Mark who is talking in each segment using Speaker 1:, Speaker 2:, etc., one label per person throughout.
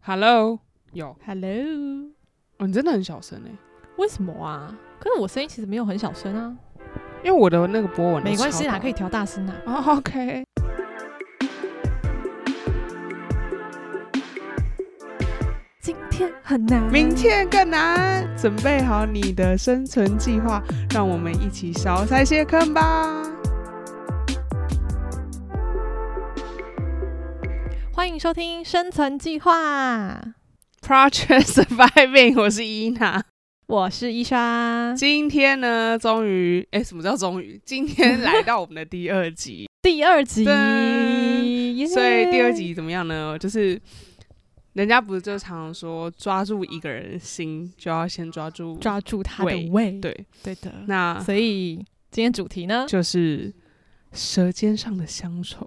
Speaker 1: Hello，有，
Speaker 2: Hello，
Speaker 1: 哦你真的很小声哎、
Speaker 2: 为什么啊？可是我声音其实没有很小声啊，
Speaker 1: 因为我的那个波纹都
Speaker 2: 没关系
Speaker 1: 超
Speaker 2: 啦，
Speaker 1: 大
Speaker 2: 可以。调大声啊。
Speaker 1: 哦，OK、
Speaker 2: 今天很难
Speaker 1: o k 明天更难，准备好你的生存计划，让我们一起少踩些坑吧。
Speaker 2: 欢迎收听《生存计划》，
Speaker 1: Project Surviving，我是伊娜。
Speaker 2: 我是伊莎。
Speaker 1: 今天呢，终于，哎，什么叫终于？今天来到我们的第二集，
Speaker 2: 第二集，
Speaker 1: 噔
Speaker 2: 耶
Speaker 1: 所以第二集怎么样呢？就是人家不是就常说，抓住一个人心，就要先抓住
Speaker 2: 抓住他
Speaker 1: 胃
Speaker 2: 的胃，
Speaker 1: 对，
Speaker 2: 对的。
Speaker 1: 那
Speaker 2: 所以今天主题呢，
Speaker 1: 就是《舌尖上的乡愁》，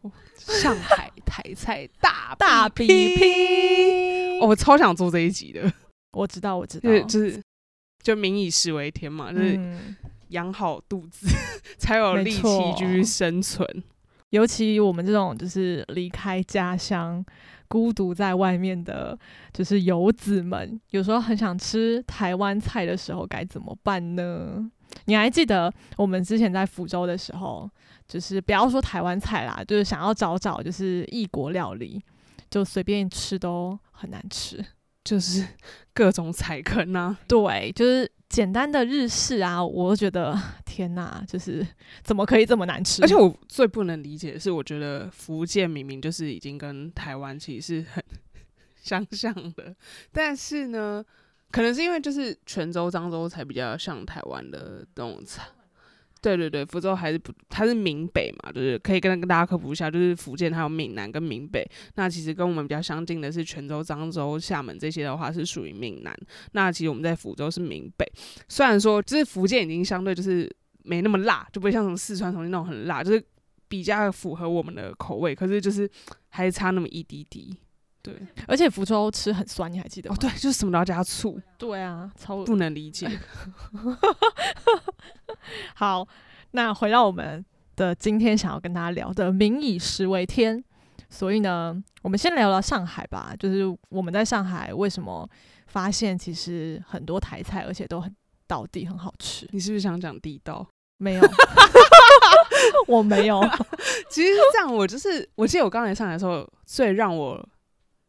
Speaker 1: 上海 台菜大
Speaker 2: 大比拼。哦
Speaker 1: 哦，我超想做这一集的，
Speaker 2: 我知道，我知道
Speaker 1: 就是，就是就民以食为天嘛，就是
Speaker 2: 嗯，
Speaker 1: 养好肚子、 才有
Speaker 2: 没
Speaker 1: 力气
Speaker 2: 错
Speaker 1: 继续生存。
Speaker 2: 尤其我们这种就是离开家乡、孤独在外面的，就是游子们，有时候很想吃台湾菜的时候，该怎么办呢？你还记得我们之前在福州的时候，就是不要说台湾菜啦，就是想要找找就是异国料理，就随便吃都很难吃。
Speaker 1: 就是各种踩坑啊，
Speaker 2: 对，就是简单的日式啊，我都觉得天哪，就是怎么可以这么难吃？
Speaker 1: 而且我最不能理解的是，我觉得福建明明就是已经跟台湾其实是很 相像的，但是呢，可能是因为就是泉州、漳州才比较像台湾的那种菜。对对对，福州还是不，它是闽北嘛，就是可以跟跟大家科普一下，就是福建还有闽南跟闽北。那其实跟我们比较相近的是泉州、漳州、厦门这些的话是属于闽南。那其实我们在福州是闽北，虽然说就是福建已经相对就是没那么辣，就不会像什么四川重庆那种很辣，就是比较符合我们的口味，可是就是还是差那么一滴滴。对，
Speaker 2: 而且福州吃很酸，你还记得
Speaker 1: 哦
Speaker 2: 吗？
Speaker 1: 对，就是什么都要加醋，
Speaker 2: 对啊，超恶
Speaker 1: 不能理解。
Speaker 2: 好，那回到我们的今天想要跟大家聊的“民以食为天”，所以呢，我们先聊聊上海吧。就是我们在上海为什么发现其实很多台菜，而且都很道地，很好吃。
Speaker 1: 你是不是想讲地道？
Speaker 2: 没有，我没有。
Speaker 1: 其实是这样，我就是我记得我刚来上海的时候，最让我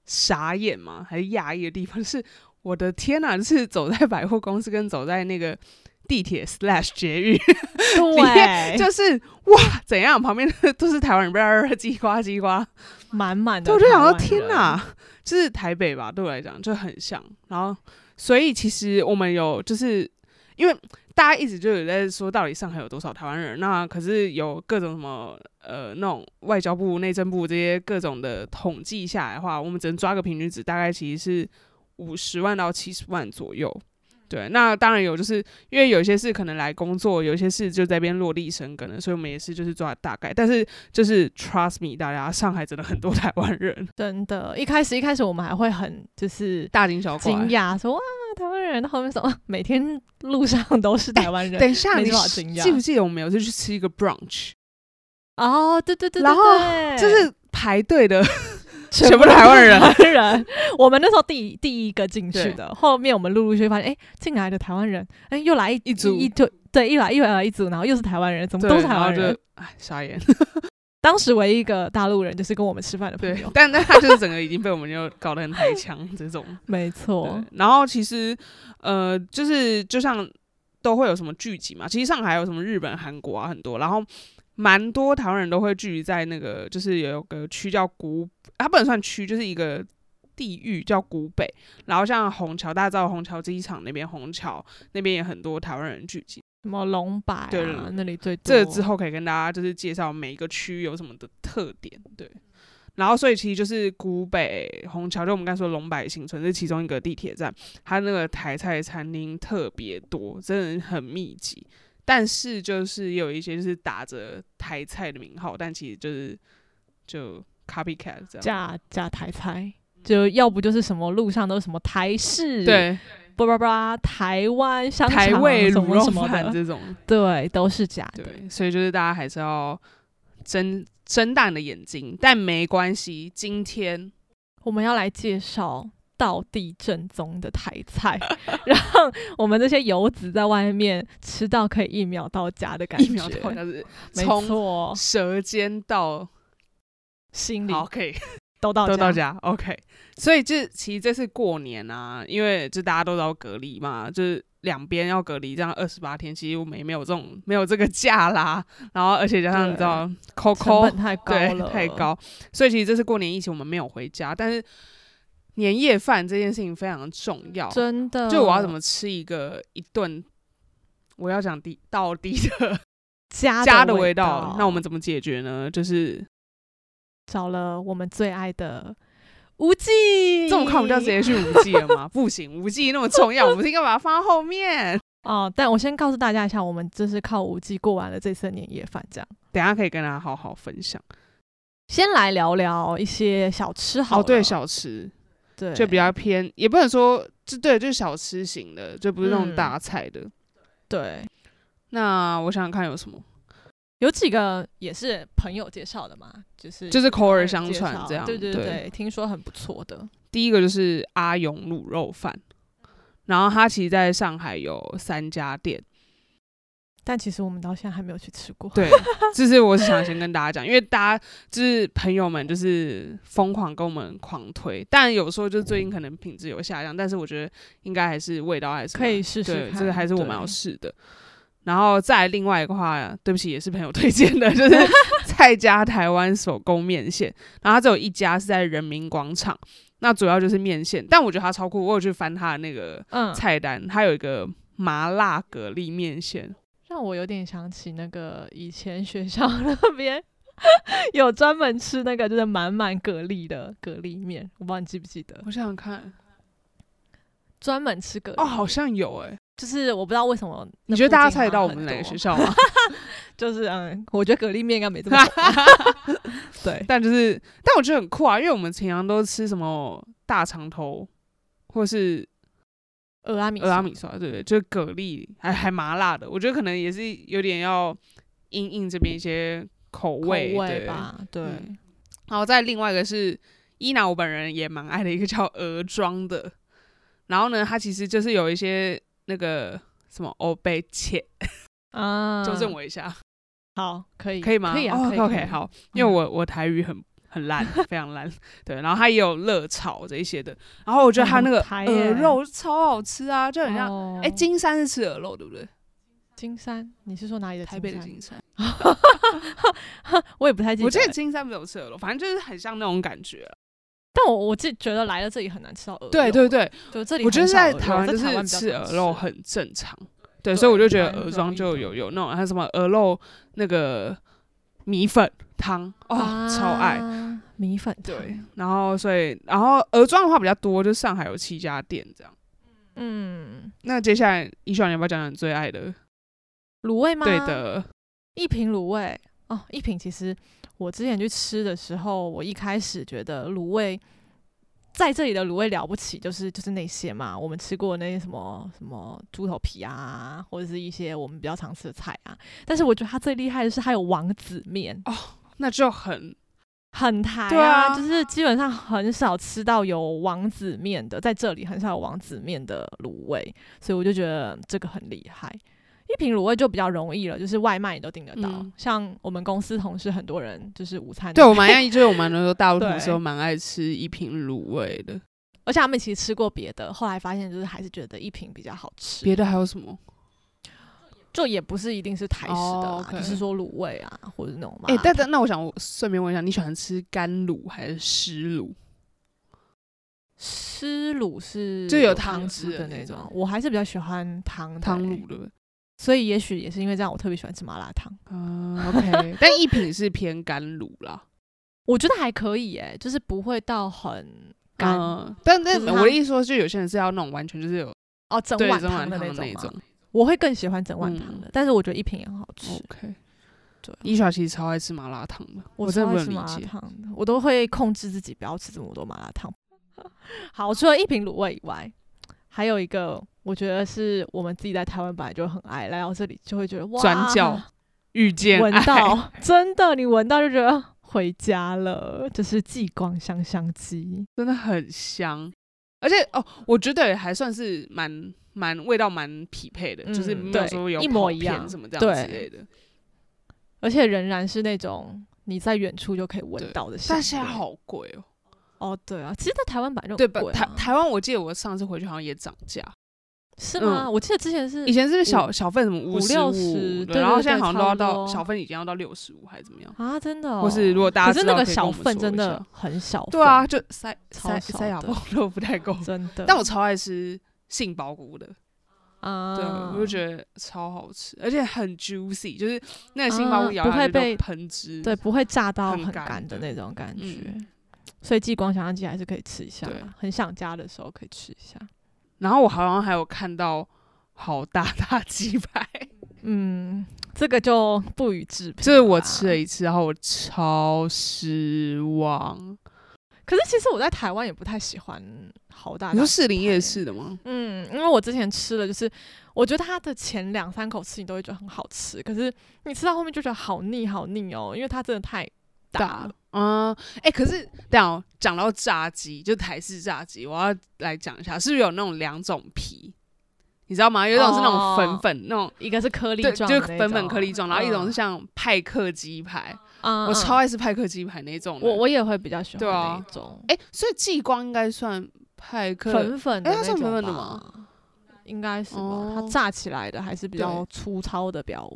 Speaker 1: 傻眼嘛，还是讶异的地方是，我的天呐、就是走在百货公司跟走在那个地铁 slash 捷运，
Speaker 2: 对，就
Speaker 1: 就是哇怎样，旁边都是台湾人，不要叽呱叽呱。
Speaker 2: 满满的
Speaker 1: 对，
Speaker 2: 台
Speaker 1: 我
Speaker 2: 湾人。
Speaker 1: 就想说，天哪，就是台北吧，对我来讲就很像。然后，所以其实我们有就是因为大家一直就有在说，到底上海有多少台湾人？那可是有各种什么呃那种外交部、内政部这些各种的统计下来的话，我们只能抓个平均值，大概其实是五十万到七十万左右。
Speaker 2: 嗯
Speaker 1: 对，那当然有，就是因为有些是可能来工作，有些是就在那边落地生根的，所以我们也是就是抓大概。但是就是 trust me，大家上海真的很多台湾人，
Speaker 2: 真的，一开始一开始我们还会很就是
Speaker 1: 大惊小怪。
Speaker 2: 惊讶，说哇，台湾人。后面说啊每天路上都是台湾人。
Speaker 1: 等一下，
Speaker 2: 没
Speaker 1: 你
Speaker 2: 什么好惊讶
Speaker 1: 记不记得我们有一次去吃一个 brunch，
Speaker 2: 哦，对对对对
Speaker 1: 然后
Speaker 2: 对
Speaker 1: 就是排队的，
Speaker 2: 全
Speaker 1: 部台湾人
Speaker 2: 台湾人， 我们那时候第第一个进去的，后面我们陆陆续续发现，哎、进来的台湾人，哎、又来一
Speaker 1: 一组
Speaker 2: 一就对，一来又来一组，然后又是台湾人，怎么
Speaker 1: 对
Speaker 2: 都是台
Speaker 1: 然后
Speaker 2: 湾人
Speaker 1: 就？哎傻 眼。
Speaker 2: 当时唯一一个大陆人就是跟我们吃饭的朋
Speaker 1: 对
Speaker 2: 友，，
Speaker 1: 但但他就是整个已经被我们就搞得很抬 腔这种。
Speaker 2: 没错
Speaker 1: 对，，然后其实呃，就是就像都会有什么聚集嘛，其实上海有什么日本、韩国啊很多，然后蛮多台湾人都会聚集在那个，就是有个区叫古，它不能算区，就是一个。地域叫古北，然后像虹桥，大家知道虹桥机场那边，虹桥那边也很多台湾人聚集。
Speaker 2: 什么龙柏啊
Speaker 1: 对对对
Speaker 2: 那里最多，
Speaker 1: 这之后可以跟大家就是介绍每一个区有什么的特点，对。然后，所以其实就是古北虹桥，就我们刚才说龙柏新村是其中一个地铁站，它那个台菜餐厅特别多，真的很密集。但是就是也有一些就是打着台菜的名号，但其实就是就 copycat 这样。
Speaker 2: 假假台菜。就要不就是什么路上都是什么台式，，
Speaker 1: 对，
Speaker 2: 叭叭叭，台湾香肠
Speaker 1: 台味
Speaker 2: 什
Speaker 1: 卤
Speaker 2: 么
Speaker 1: 肉
Speaker 2: 什么
Speaker 1: 饭
Speaker 2: 的，
Speaker 1: 这种，
Speaker 2: 对，都是假的。
Speaker 1: 对，所以就是大家还是要睁睁大你的眼睛，但没关系，今天
Speaker 2: 我们要来介绍道地正宗的台菜， 让我们这些游子在外面吃到可以一秒到家的感觉。
Speaker 1: 一秒到家是
Speaker 2: 没
Speaker 1: 从
Speaker 2: 错，
Speaker 1: 舌尖到
Speaker 2: 心里
Speaker 1: 好可以
Speaker 2: 都到
Speaker 1: 都到
Speaker 2: 家。
Speaker 1: 家，OK。所以这其实这次过年啊，因为就大家都要隔离嘛，就是两边要隔离，这样二十八天，其实我们也没有这种没有这个假啦。然后而且加上你知道
Speaker 2: 成
Speaker 1: ，Coco
Speaker 2: 本太高
Speaker 1: 对
Speaker 2: 了，
Speaker 1: 太。高，所以其实这次过年疫情我们没有回家，但是年夜饭这件事情非常重要。
Speaker 2: 真的，
Speaker 1: 就我要怎么吃一个一顿，我要讲地到底的
Speaker 2: 家
Speaker 1: 家的
Speaker 2: 的
Speaker 1: 味
Speaker 2: 道
Speaker 1: 道，？那我们怎么解决呢？ 就是
Speaker 2: 找了我们最爱的无忌。
Speaker 1: 这么快我们就要直 接去无忌了吗？不行，无忌那么重要，我们应该把它放到后面。
Speaker 2: 哦、但我先告诉大家一下，我们这是靠无忌过完了这次的年夜饭，这样。
Speaker 1: 等一下可以跟大家好好分享。
Speaker 2: 先来聊聊一些小吃好了，
Speaker 1: 哦，对，小吃
Speaker 2: 对，
Speaker 1: 就比较偏，也不能说就对，就是小吃型的，就不是那种
Speaker 2: 嗯
Speaker 1: 大菜的。
Speaker 2: 对，
Speaker 1: 那我想想看有什么，
Speaker 2: 有几个也是朋友介绍的嘛，就是
Speaker 1: 就是口
Speaker 2: 口
Speaker 1: 耳相传这样。
Speaker 2: 对对
Speaker 1: 对，
Speaker 2: 听说很不错的，
Speaker 1: 第一个就是阿勇卤肉饭，然后它其实在上海有三家店。
Speaker 2: 但其实我们到现在还没有去吃过。
Speaker 1: 对，就是我是想先跟大家讲，因为大家就是朋友们就是疯狂跟我们狂推，但有时候就是最近可能品质有下降，但是我觉得应该还是味道还是
Speaker 2: 可以试试
Speaker 1: 对，
Speaker 2: 看，
Speaker 1: 这个还是我们
Speaker 2: 对
Speaker 1: 要试的。然后再来另外一个话，对不起，也是朋友推荐的， 就是蔡家台湾手工面线，然后它只有一家是在人民广场，那主要就是面线，但我觉得它超酷，我有去翻它的那个
Speaker 2: 嗯，
Speaker 1: 菜单，它有一个麻辣蛤蜊面线，
Speaker 2: 让我有点想起那个以前学校 那边有专门吃那个就是满满蛤蜊的蛤蜊面，我不知道你记不记得，
Speaker 1: 我想想看，
Speaker 2: 专门吃蛤蜊
Speaker 1: 哦，好像有哎、
Speaker 2: 就是我不知道为什么那
Speaker 1: 你觉得
Speaker 2: 附
Speaker 1: 大家
Speaker 2: 近
Speaker 1: 猜得
Speaker 2: 好
Speaker 1: 到我
Speaker 2: 很
Speaker 1: 们哪个
Speaker 2: 多
Speaker 1: 学校啊 吗？
Speaker 2: 就是嗯，我觉得蛤蜊面应该没 这么火对，
Speaker 1: 但就是，但我觉得很酷啊，因为我们平常都吃什么大肠头，或是
Speaker 2: 俄阿米
Speaker 1: 俄拉
Speaker 2: 索
Speaker 1: 米刷，对不对？就是蛤蜊，还还麻辣的，我觉得可能也是有点要应应这边一些口
Speaker 2: 口
Speaker 1: 味，
Speaker 2: 味
Speaker 1: 对。
Speaker 2: 吧，对，
Speaker 1: 嗯然后再另外一个是伊娜，我本人也蛮爱的一个叫鹅庄的，然后呢，它其实就是有一些那个什么欧贝切，
Speaker 2: 啊，
Speaker 1: 纠正我一下，
Speaker 2: 好，可以，
Speaker 1: 可以吗？
Speaker 2: 可以啊
Speaker 1: 哦
Speaker 2: 可
Speaker 1: OK
Speaker 2: 以可
Speaker 1: OK，
Speaker 2: 以
Speaker 1: 好，因为我我台语很很 烂，非常烂。对，然后它也有热炒这一些的。然后我觉得它那个
Speaker 2: 哦很台耶
Speaker 1: 鹅肉超好吃啊，就很像。
Speaker 2: 哦
Speaker 1: 哎，金山是吃鹅肉对不对？
Speaker 2: 金山，你是说哪里的？
Speaker 1: 台北的金，山，
Speaker 2: 我也不太记得
Speaker 1: 我记
Speaker 2: 欸，
Speaker 1: 得金山没有吃鹅肉，反正就是很像那种感觉啊。
Speaker 2: 但我我自己觉得来了这里很难吃到鹅肉，
Speaker 1: 对对对，
Speaker 2: 就这里
Speaker 1: 我
Speaker 2: 很
Speaker 1: 觉得
Speaker 2: 少
Speaker 1: 在
Speaker 2: 鹅肉
Speaker 1: 台湾
Speaker 2: 在
Speaker 1: 就
Speaker 2: 台
Speaker 1: 是
Speaker 2: 湾比较
Speaker 1: 吃
Speaker 2: 常
Speaker 1: 鹅肉很正常。对，所以我就觉得鹅庄就有有那种还有什么鹅肉那个米粉汤哦，超爱。
Speaker 2: 啊米粉汤，
Speaker 1: 对，然后所以然后鹅庄的话比较多，就上海有七家店这样。
Speaker 2: 嗯，
Speaker 1: 那接下来，一轩，你要不要讲讲你最爱的？
Speaker 2: 卤味吗？
Speaker 1: 对，的，
Speaker 2: 一瓶卤味哦，一瓶其实我之前去吃的时候，我一开始觉得卤味在这里的卤味了不起，就是就是那些嘛，我们吃过那些什么什么猪头皮啊，或者是一些我们比较常吃的菜啊。但是我觉得它最厉害的是它有王子面，
Speaker 1: 那就很
Speaker 2: 很台
Speaker 1: 对啊
Speaker 2: 就是基本上很少吃到有王子面的，在这里很少有王子面的卤味，所以我就觉得这个很厉害。一瓶卤味就比较容易了，就是外卖你都订得到。
Speaker 1: 嗯
Speaker 2: 像我们公司同事很多人就是午餐，
Speaker 1: 对我蛮爱，就是我蛮多大陆
Speaker 2: 对
Speaker 1: 同事都蛮爱吃一瓶卤味的。
Speaker 2: 而且他们其实吃过别的，后来发现就是还是觉得一瓶比较好吃。
Speaker 1: 别的还有什么？
Speaker 2: 就也不是一定是台式的啦，
Speaker 1: 哦，OK
Speaker 2: 就是说卤味啊或者那种嘛。
Speaker 1: 哎、但但那我想我顺便问一下，你喜欢吃干卤还是湿卤？
Speaker 2: 湿卤是
Speaker 1: 就有
Speaker 2: 汤
Speaker 1: 汤
Speaker 2: 汁
Speaker 1: 汁的
Speaker 2: 那
Speaker 1: 那种
Speaker 2: 种，我还是比较喜欢汤的
Speaker 1: 汤
Speaker 2: 欸
Speaker 1: 卤对不对？
Speaker 2: 所以也许也是因为这样，我特别喜欢吃麻辣烫。
Speaker 1: 啊，OK，但 一品是偏干卤啦。
Speaker 2: 我觉得还可以诶、就是不会到很干、
Speaker 1: 嗯，但但
Speaker 2: 就是它
Speaker 1: 我的意思说，就有些人是要那种完全就是有
Speaker 2: 哦，整
Speaker 1: 对
Speaker 2: 碗
Speaker 1: 整碗
Speaker 2: 汤的
Speaker 1: 汤的
Speaker 2: 种
Speaker 1: 那
Speaker 2: 嘛
Speaker 1: 种。嗯
Speaker 2: 我会更喜欢整碗汤的，但是我觉得一瓶也很好吃。
Speaker 1: OK，
Speaker 2: 对啊
Speaker 1: 伊莎其实超爱吃麻辣烫的，
Speaker 2: 我
Speaker 1: 真
Speaker 2: 超
Speaker 1: 的
Speaker 2: 爱
Speaker 1: 不
Speaker 2: 吃
Speaker 1: 能
Speaker 2: 麻
Speaker 1: 理
Speaker 2: 辣
Speaker 1: 解。
Speaker 2: 烫的，我都会控制自己不要吃这么多麻辣烫。 好，除了一瓶卤味以外，还有一个我觉得是我们自己在台湾本来就很爱，来到这里就会觉得 哇，
Speaker 1: 转角遇见
Speaker 2: 闻
Speaker 1: 爱，
Speaker 2: 到，真的你闻到就觉得回家了，就是继光香香鸡。
Speaker 1: 真的很香。而且哦，我觉得也还算是蛮蛮味道蛮匹配的，就是
Speaker 2: 嗯
Speaker 1: 没有
Speaker 2: 对
Speaker 1: 说有
Speaker 2: 一模
Speaker 1: 跑
Speaker 2: 一样
Speaker 1: 偏什么这样之
Speaker 2: 对
Speaker 1: 类的。
Speaker 2: 而且仍然是那种你在远处就可以闻
Speaker 1: 对
Speaker 2: 到的香味。
Speaker 1: 但现在好贵哦，
Speaker 2: 哦，对啊，其实在台湾版就
Speaker 1: 对
Speaker 2: 很
Speaker 1: 吧？
Speaker 2: 贵啊
Speaker 1: 台台湾，我记得我上次回去好像也涨价，
Speaker 2: 是吗？我记得之前是
Speaker 1: 嗯以前是不是小小份什么五
Speaker 2: 嗯五六十
Speaker 1: 对，
Speaker 2: 对
Speaker 1: 然后
Speaker 2: 对
Speaker 1: 现在
Speaker 2: 对
Speaker 1: 好像都
Speaker 2: 差
Speaker 1: 要
Speaker 2: 不
Speaker 1: 到
Speaker 2: 多
Speaker 1: 小份已经要到六十五还是怎么样？
Speaker 2: 啊，真的、哦。
Speaker 1: 或是如果大家
Speaker 2: 可是
Speaker 1: 知道
Speaker 2: 那个
Speaker 1: 可以跟
Speaker 2: 小
Speaker 1: 我们
Speaker 2: 份
Speaker 1: 说
Speaker 2: 真
Speaker 1: 一
Speaker 2: 的
Speaker 1: 下
Speaker 2: 很小份，
Speaker 1: 对啊，，就塞
Speaker 2: 超
Speaker 1: 塞
Speaker 2: 少
Speaker 1: 塞牙
Speaker 2: 的
Speaker 1: 缝都不太够，
Speaker 2: 真的。
Speaker 1: 但我超爱吃杏鲍菇的，
Speaker 2: 啊，
Speaker 1: 对，我就觉得超好吃，而且很 juicy，就是那个杏鲍菇
Speaker 2: 啊
Speaker 1: 咬
Speaker 2: 不
Speaker 1: 下
Speaker 2: 会
Speaker 1: 去都
Speaker 2: 被
Speaker 1: 喷汁，
Speaker 2: 对，不会炸到
Speaker 1: 很
Speaker 2: 很
Speaker 1: 干
Speaker 2: 干的
Speaker 1: 对
Speaker 2: 那种感觉。
Speaker 1: 嗯
Speaker 2: 所以激光想象机还是可以吃一下
Speaker 1: 对
Speaker 2: 啦，很想家的时候可以吃一下。
Speaker 1: 然后我好像还有看到好大 大鸡排，
Speaker 2: 嗯，这个就不予置评。
Speaker 1: 这我吃了，一次，然后我超失望。
Speaker 2: 可是其实我在台湾也不太喜欢好大
Speaker 1: 你
Speaker 2: 大
Speaker 1: 说士林夜市的吗？
Speaker 2: 嗯，因为我之前吃了，就是我觉得它的前两三口吃你都会觉得很好吃，可是你吃到后面就觉得好腻好腻哦，因为它真的太大了。
Speaker 1: 啊，哎、可是等一下哦讲到炸鸡，就台式炸鸡，我要来讲一下，是不是有那种两种皮？你知道吗？有一种是那种粉
Speaker 2: 哦
Speaker 1: 粉、那种，
Speaker 2: 一个是颗粒
Speaker 1: 对，
Speaker 2: 状
Speaker 1: 就
Speaker 2: 的那
Speaker 1: 是
Speaker 2: 种，
Speaker 1: 粉粉颗粒状，然后一种是
Speaker 2: 嗯
Speaker 1: 像派克鸡排，
Speaker 2: 嗯
Speaker 1: 我
Speaker 2: 嗯
Speaker 1: 超爱吃派克鸡排那种的。
Speaker 2: 我我也会比较喜欢
Speaker 1: 对
Speaker 2: 那
Speaker 1: 啊
Speaker 2: 一种，
Speaker 1: 哎、所以继光应该算派克
Speaker 2: 粉粉的
Speaker 1: 哎它
Speaker 2: 那
Speaker 1: 算
Speaker 2: 种吧，
Speaker 1: 粉粉的吗
Speaker 2: 应该是吧，
Speaker 1: 哦
Speaker 2: 它炸起来的还是比较
Speaker 1: 对
Speaker 2: 粗糙的比较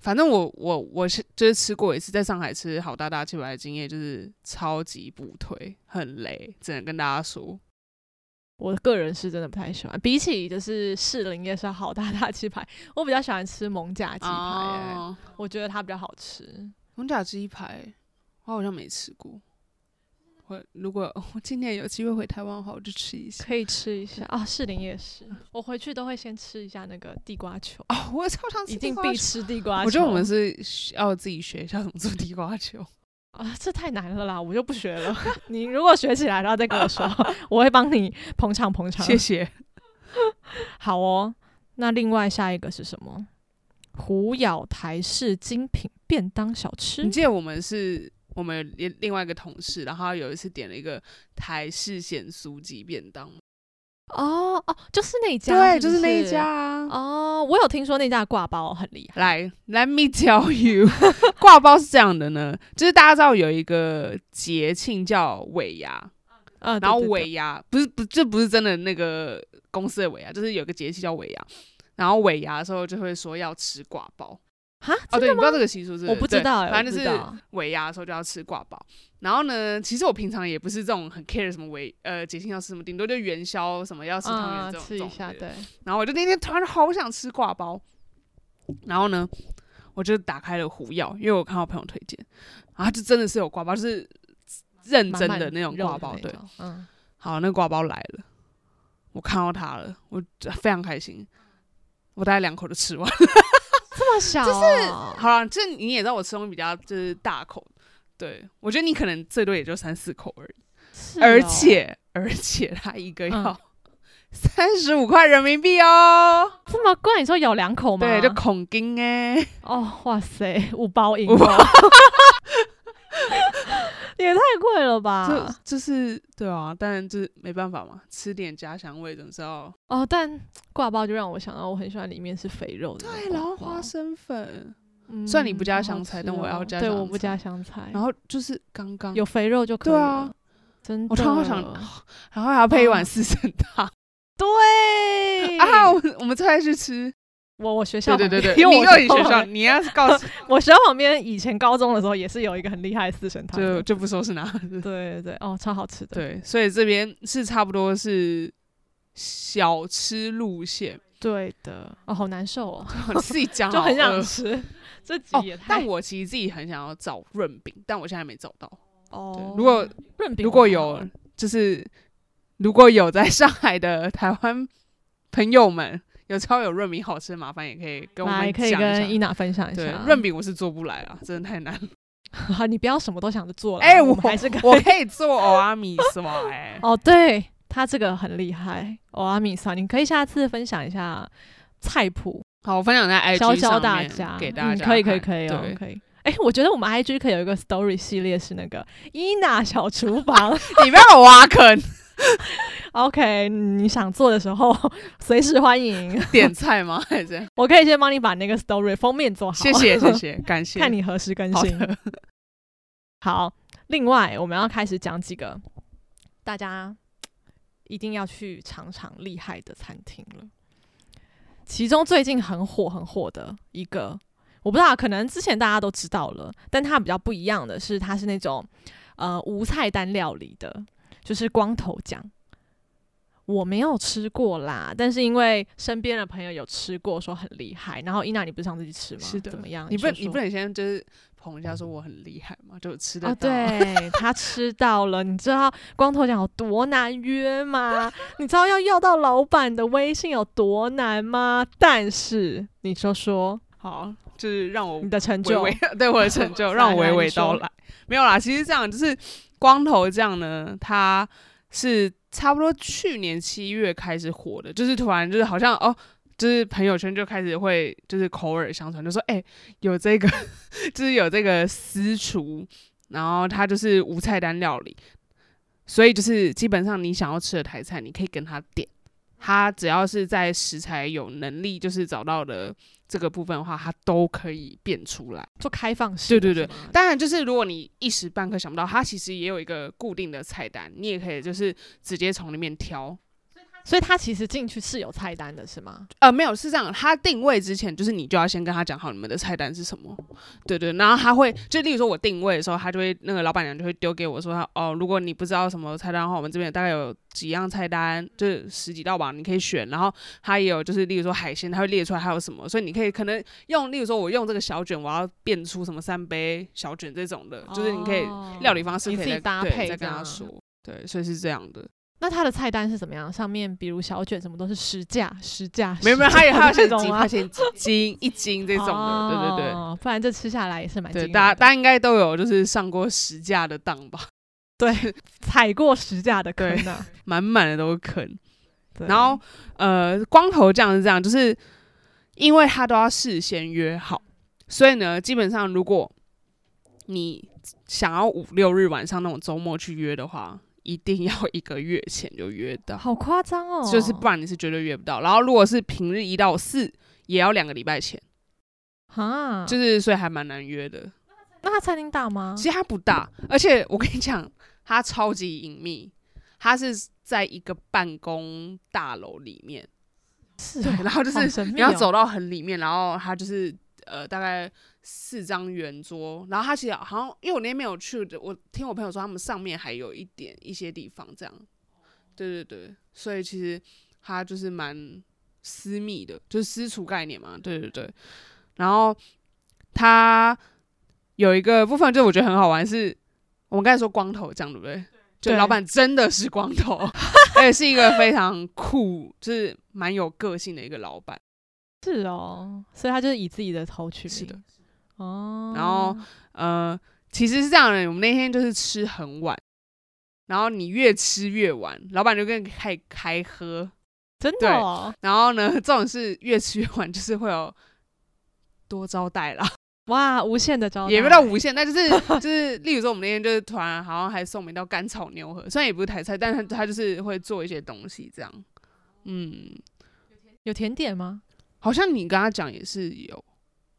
Speaker 1: 反正我我我是就是吃过一次，在上海吃好大大鸡排的经验就是超级不推，很雷，只能跟大家说。
Speaker 2: 我个人是真的不太喜欢，比起就是士林夜市好大 大鸡排，我比较喜欢吃蒙甲鸡排、欸
Speaker 1: 哦，
Speaker 2: 我觉得它比较好吃。
Speaker 1: 蒙甲鸡排我好像没吃过。我如果我今年有机会回台湾的话，我就吃一下。
Speaker 2: 可以吃一下啊，士林夜市，我回去都会先吃一下那个地瓜球，
Speaker 1: 哦，我超常吃
Speaker 2: 一
Speaker 1: 地
Speaker 2: 定
Speaker 1: 瓜
Speaker 2: 必
Speaker 1: 球。啊
Speaker 2: 吃地瓜球。
Speaker 1: 我觉得我们是需要自己学一下怎么做地瓜球。
Speaker 2: 啊，这太难了啦，我就不学了。 你如果学起来，然后再 跟我说，我会帮你捧场捧场。
Speaker 1: 谢谢。
Speaker 2: 好哦，那另外下一个是什么？虎咬台式精品便当小吃
Speaker 1: 你，记得我们是我们有另另外一个同事，然后他有一次点了一个台式咸酥鸡便当吗，
Speaker 2: 哦哦，就是那一家，
Speaker 1: 对，
Speaker 2: 不
Speaker 1: 就是那一家啊。
Speaker 2: 哦，我有听说那家的挂包很厉害，
Speaker 1: 来，Let me tell you，挂 包是这样的呢，就是大家知道有一个节庆叫尾牙，
Speaker 2: 嗯，
Speaker 1: 然后
Speaker 2: 对对对
Speaker 1: 尾牙不是不这不是真的那个公司的尾牙，就是有个节气叫尾牙，然后尾牙的时候就会说要吃挂包。
Speaker 2: 哈，
Speaker 1: 哦，
Speaker 2: 真
Speaker 1: 对，你
Speaker 2: 的
Speaker 1: 不知道
Speaker 2: 吗？
Speaker 1: 这个习俗是
Speaker 2: 我不知
Speaker 1: 对
Speaker 2: 道欸，
Speaker 1: 反
Speaker 2: 我
Speaker 1: 正
Speaker 2: 不
Speaker 1: 就
Speaker 2: 知
Speaker 1: 是
Speaker 2: 道
Speaker 1: 尾牙的时候就要吃挂包。然后呢，其实我平常也不是这种很 care 什么尾呃节庆要吃什么，顶多就元宵什么要吃汤圆
Speaker 2: 啊，
Speaker 1: 这种、
Speaker 2: 吃
Speaker 1: 这
Speaker 2: 一
Speaker 1: 种
Speaker 2: 下，
Speaker 1: 的
Speaker 2: 对，
Speaker 1: 然后我就那天突然好想吃挂包，然后呢，我就打开了虎药，因为我看到朋友推荐，然后就真的是有挂包，就是认嗯真的那种挂包。对，，
Speaker 2: 嗯，
Speaker 1: 好，那挂包来了，我看到它了，我非常开心，我大概两口就吃完。
Speaker 2: 这么小，就是
Speaker 1: 好了，这你也知道我吃东西比较就是大口，对我觉得你可能最多也就三四口而已，而且而且它一个
Speaker 2: 嗯
Speaker 1: 要三十五块人民币哦，
Speaker 2: 这么贵，你说咬两口吗？
Speaker 1: 对，就恐惊哎、
Speaker 2: 哦，哇塞，五包银
Speaker 1: 五
Speaker 2: 哦， 也太贵了吧
Speaker 1: 这？就是对啊，但就是没办法嘛，吃点家乡味总是要。
Speaker 2: 哦，但挂包就让我想到，我很喜欢里面是肥肉的那种挂包。
Speaker 1: 生粉，
Speaker 2: 嗯
Speaker 1: 虽然你不加
Speaker 2: 好好
Speaker 1: 香菜
Speaker 2: 吃
Speaker 1: 但我要
Speaker 2: 哦
Speaker 1: 加
Speaker 2: 对，
Speaker 1: 香
Speaker 2: 我不
Speaker 1: 菜
Speaker 2: 加香菜，
Speaker 1: 然后就是刚刚
Speaker 2: 有，肥肉就可以
Speaker 1: 对啊
Speaker 2: 了。真的，
Speaker 1: 我突然想然后还要配一碗四神汤
Speaker 2: 对
Speaker 1: 啊！我我们再来去吃，
Speaker 2: 我我学校
Speaker 1: 对对对
Speaker 2: 旁边
Speaker 1: 对，
Speaker 2: 因为
Speaker 1: 你告诉
Speaker 2: 我
Speaker 1: 你学
Speaker 2: 旁
Speaker 1: 校，
Speaker 2: 边
Speaker 1: 你要是告诉
Speaker 2: 我学校旁边以前高中的时候也是有一个很厉害的四神 汤
Speaker 1: 就
Speaker 2: 的，
Speaker 1: 就不说是哪里。
Speaker 2: 对对哦，超好吃的，
Speaker 1: 对，所以这边是差不多是小吃路 线，
Speaker 2: 对的，哦，好难受哦，
Speaker 1: 你自己讲
Speaker 2: 就很
Speaker 1: 好
Speaker 2: 想
Speaker 1: 饿
Speaker 2: 吃， 这
Speaker 1: 哦
Speaker 2: 集也。太
Speaker 1: 但我其实自己很想要找润饼，但我现在没找到。对
Speaker 2: 哦，
Speaker 1: 如果
Speaker 2: 润饼
Speaker 1: 如
Speaker 2: 我
Speaker 1: 果
Speaker 2: 还
Speaker 1: 有
Speaker 2: 好啊
Speaker 1: 就是如果有在上海的台湾朋友们有超有润饼好吃，麻烦也可以跟我
Speaker 2: 来
Speaker 1: 们
Speaker 2: 可
Speaker 1: 讲
Speaker 2: 以
Speaker 1: 一
Speaker 2: 跟伊
Speaker 1: 下。
Speaker 2: 娜分享一
Speaker 1: 对
Speaker 2: 下，
Speaker 1: 润饼我是做不来啊，真的太难 了。
Speaker 2: 好，你不要什么都想着做了，
Speaker 1: 哎
Speaker 2: 我
Speaker 1: 我
Speaker 2: 们还是可
Speaker 1: 我
Speaker 2: 以
Speaker 1: 可以做欧阿米是吧？哎，
Speaker 2: 哦，对他这个很厉害，哦，阿米莎，你可以下次分享一下菜谱，
Speaker 1: 好，我分享在 IG
Speaker 2: 教教
Speaker 1: 上
Speaker 2: 大
Speaker 1: 面
Speaker 2: 家，
Speaker 1: 给大家
Speaker 2: 嗯、
Speaker 1: 看、
Speaker 2: 可以可以可以哦
Speaker 1: 对，
Speaker 2: 可以。哎、我觉得我们 IG 可以有一个 story 系列是那个伊娜小厨房
Speaker 1: 你不要挖坑，
Speaker 2: OK，你想做的时候 随时欢迎，
Speaker 1: 点菜 吗？还是这样？
Speaker 2: 我可以先帮你把那个 story 封面做好。
Speaker 1: 谢谢谢 谢，感谢。
Speaker 2: 看你何时更
Speaker 1: 好
Speaker 2: 新。
Speaker 1: 的，
Speaker 2: 好，另外我们要开始讲几个大家一定要去尝尝厉害的餐厅了。其中最近很火很火的一个，我不知道，可能之前大家都知道了，但它比较不一样的是，它是那种呃无菜单料理的，就是光头酱。我没有吃过啦，但是因为身边的朋友有吃过，说很厉害。然后伊娜，你不是上次去吃吗？
Speaker 1: 是的，
Speaker 2: 怎么样？
Speaker 1: 你不
Speaker 2: 说
Speaker 1: 能你
Speaker 2: 说
Speaker 1: 不能先就是捧一下说我很厉害嘛，就吃得
Speaker 2: 哦，
Speaker 1: 到。
Speaker 2: 对他吃到了，你知道光头奖有多难约吗？ 你知道要要到老板的微信有多难吗？但是你说说
Speaker 1: 好，就是让我
Speaker 2: 你的成
Speaker 1: 娓
Speaker 2: 就，
Speaker 1: 娓 对我的成就，
Speaker 2: 来
Speaker 1: 让我
Speaker 2: 来
Speaker 1: 娓
Speaker 2: 你
Speaker 1: 娓
Speaker 2: 说
Speaker 1: 道来。没有啦，其实这样就是光头酱呢，他是差不多去年七月开始火的，就是突然就是好像哦。就是朋友圈就开始会，就是口耳相传，就说哎、有这个， 就是有这个私厨，然后他就是无菜单料理，所以就是基本上你想要吃的台菜，你可以跟他点，他只要是在食材有能力，就是找到的这个部分的话，他都可以变出来。
Speaker 2: 做开放式
Speaker 1: 对
Speaker 2: 的
Speaker 1: 对
Speaker 2: 是吗，
Speaker 1: 对当然，就是如果你一时半刻想不到，它其实也有一个固定的菜单，你也可以就是直接从里面挑。
Speaker 2: 所以他其实进去是有菜单的，是吗？
Speaker 1: 呃，没有，是这样，他定位之前，就是你就要先跟他讲好你们的菜单是什么，对对，然后他会，就例如说我定位的时候，他就会那个老板娘就会丢给我说，哦，如果你不知道什么菜单的话，我们这边大概有几样菜单，就是十几道吧，你可以选，然后他也有就是例如说海鲜，他会列出来还有什么，所以你可以可能用，例如说我用这个小卷，我要变出什么三杯小卷这种的，就是你可以
Speaker 2: 哦
Speaker 1: 料理方式
Speaker 2: 你
Speaker 1: 可以
Speaker 2: 自己
Speaker 1: 再
Speaker 2: 搭
Speaker 1: 对
Speaker 2: 配
Speaker 1: 再
Speaker 2: 这
Speaker 1: 跟他
Speaker 2: 样
Speaker 1: 说，对，所以是这 样的。
Speaker 2: 那他的菜单是怎么样？上面比如小卷什么都是十价，十价，
Speaker 1: 没有没有，
Speaker 2: 实
Speaker 1: 他也
Speaker 2: 价
Speaker 1: 他有
Speaker 2: 这
Speaker 1: 写
Speaker 2: 种
Speaker 1: 几
Speaker 2: 吗
Speaker 1: 块？钱几 斤一斤这种的，对对对。
Speaker 2: 哦，不然这吃下来也是蛮
Speaker 1: 对，
Speaker 2: 惊
Speaker 1: 大家
Speaker 2: 人的
Speaker 1: 大家应该都有就是上过十架的当吧，
Speaker 2: 对踩过十价的坑啊。
Speaker 1: 满满的都是坑。
Speaker 2: 对
Speaker 1: 然后呃，光头酱是这样，就是因为他都要事先约好，所以呢，基本上如果你想要五六日晚上那种周末去约的话，一定要一个月前就约到，
Speaker 2: 好夸张哦，
Speaker 1: 就是不然你是绝对约不到。然后如果是平日一到四，也要两个礼拜前，
Speaker 2: 啊，
Speaker 1: 就是所以还蛮难约的。
Speaker 2: 那他餐厅大吗？
Speaker 1: 其实它不大，而且我跟你讲，它超级隐秘，它是在一个办公大楼里面，
Speaker 2: 是
Speaker 1: 对，
Speaker 2: 哦，
Speaker 1: 然后就
Speaker 2: 好
Speaker 1: 是
Speaker 2: 神秘
Speaker 1: 你要
Speaker 2: 哦
Speaker 1: 走到很里面，然后它就是呃大概四张圆桌，然后它其实好像因为我那天没有去，我听我朋友说他们上面还有一点一些地方这样，对对对，所以其实它就是蛮私密的，就是私厨概念嘛，对对对，然后它有一个部分就是我觉得很好玩是，我们刚才说光头这样对不对？就
Speaker 2: 对
Speaker 1: 老板真的是光头， 而且是一个非常酷，就是蛮有个性的一个老板。
Speaker 2: 是哦，所以他就是以自己的头取名，
Speaker 1: 是的，
Speaker 2: 哦，
Speaker 1: 然后呃，其实是这样的，我们那天就是吃很晚，然后你越吃越晚，老板就跟你开开喝，
Speaker 2: 真的
Speaker 1: 对
Speaker 2: 哦，
Speaker 1: 然后呢， 这种是越吃越晚，就是会有多招待啦，
Speaker 2: 哇，无限的招待，
Speaker 1: 也没到无限，但就是就 是，例如说我们那天就是突然好像还送我一道干炒牛河，虽然也不是台菜，但是他就是会做一些东西这样，嗯，
Speaker 2: 有甜点吗？
Speaker 1: 好像你跟他讲也是有，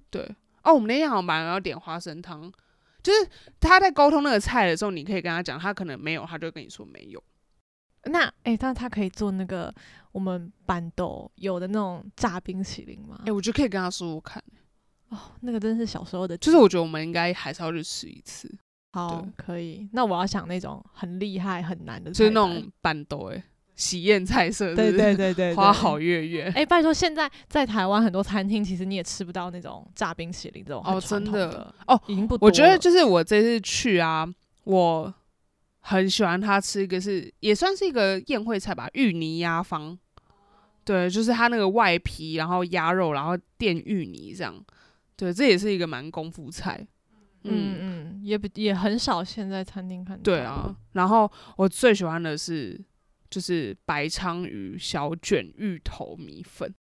Speaker 1: 对哦，我们那天好像本来要点花生汤，就是他在沟通那个菜的时候，你可以跟他讲，他可能没有，他就会跟你说没有。
Speaker 2: 那哎、但他可以做那个我们板豆有的那种炸冰淇淋吗
Speaker 1: 哎、？我就可以跟他说我看，欸
Speaker 2: 哦，那个真是小时候的记忆，
Speaker 1: 就是我觉得我们应该还是要去吃一次，
Speaker 2: 好
Speaker 1: 对
Speaker 2: 可以。那我要想那种很厉害很难的菜单，
Speaker 1: 就是那种板豆哎，喜宴菜色是不
Speaker 2: 对
Speaker 1: 是，
Speaker 2: 对对对，
Speaker 1: 花
Speaker 2: 对
Speaker 1: 好。月月。
Speaker 2: 哎、拜托，现在在台湾很多餐厅，其实你也吃不到那种炸冰淇淋这种很
Speaker 1: 哦
Speaker 2: 传
Speaker 1: 真
Speaker 2: 统
Speaker 1: 的
Speaker 2: 的
Speaker 1: 哦，
Speaker 2: 已经不多
Speaker 1: 我觉得
Speaker 2: 了
Speaker 1: 就是我这次去啊，我很喜欢他吃一个是也算是一个宴会菜吧，芋泥鸭方。对，就是它那个外皮，然后鸭肉，然后垫芋泥这样。对，这也是一个蛮功夫菜。
Speaker 2: 嗯
Speaker 1: 嗯，
Speaker 2: 嗯，也不也很少现在餐厅看到。
Speaker 1: 对啊。然后我最喜欢的是就是白鲳鱼小卷芋头米粉。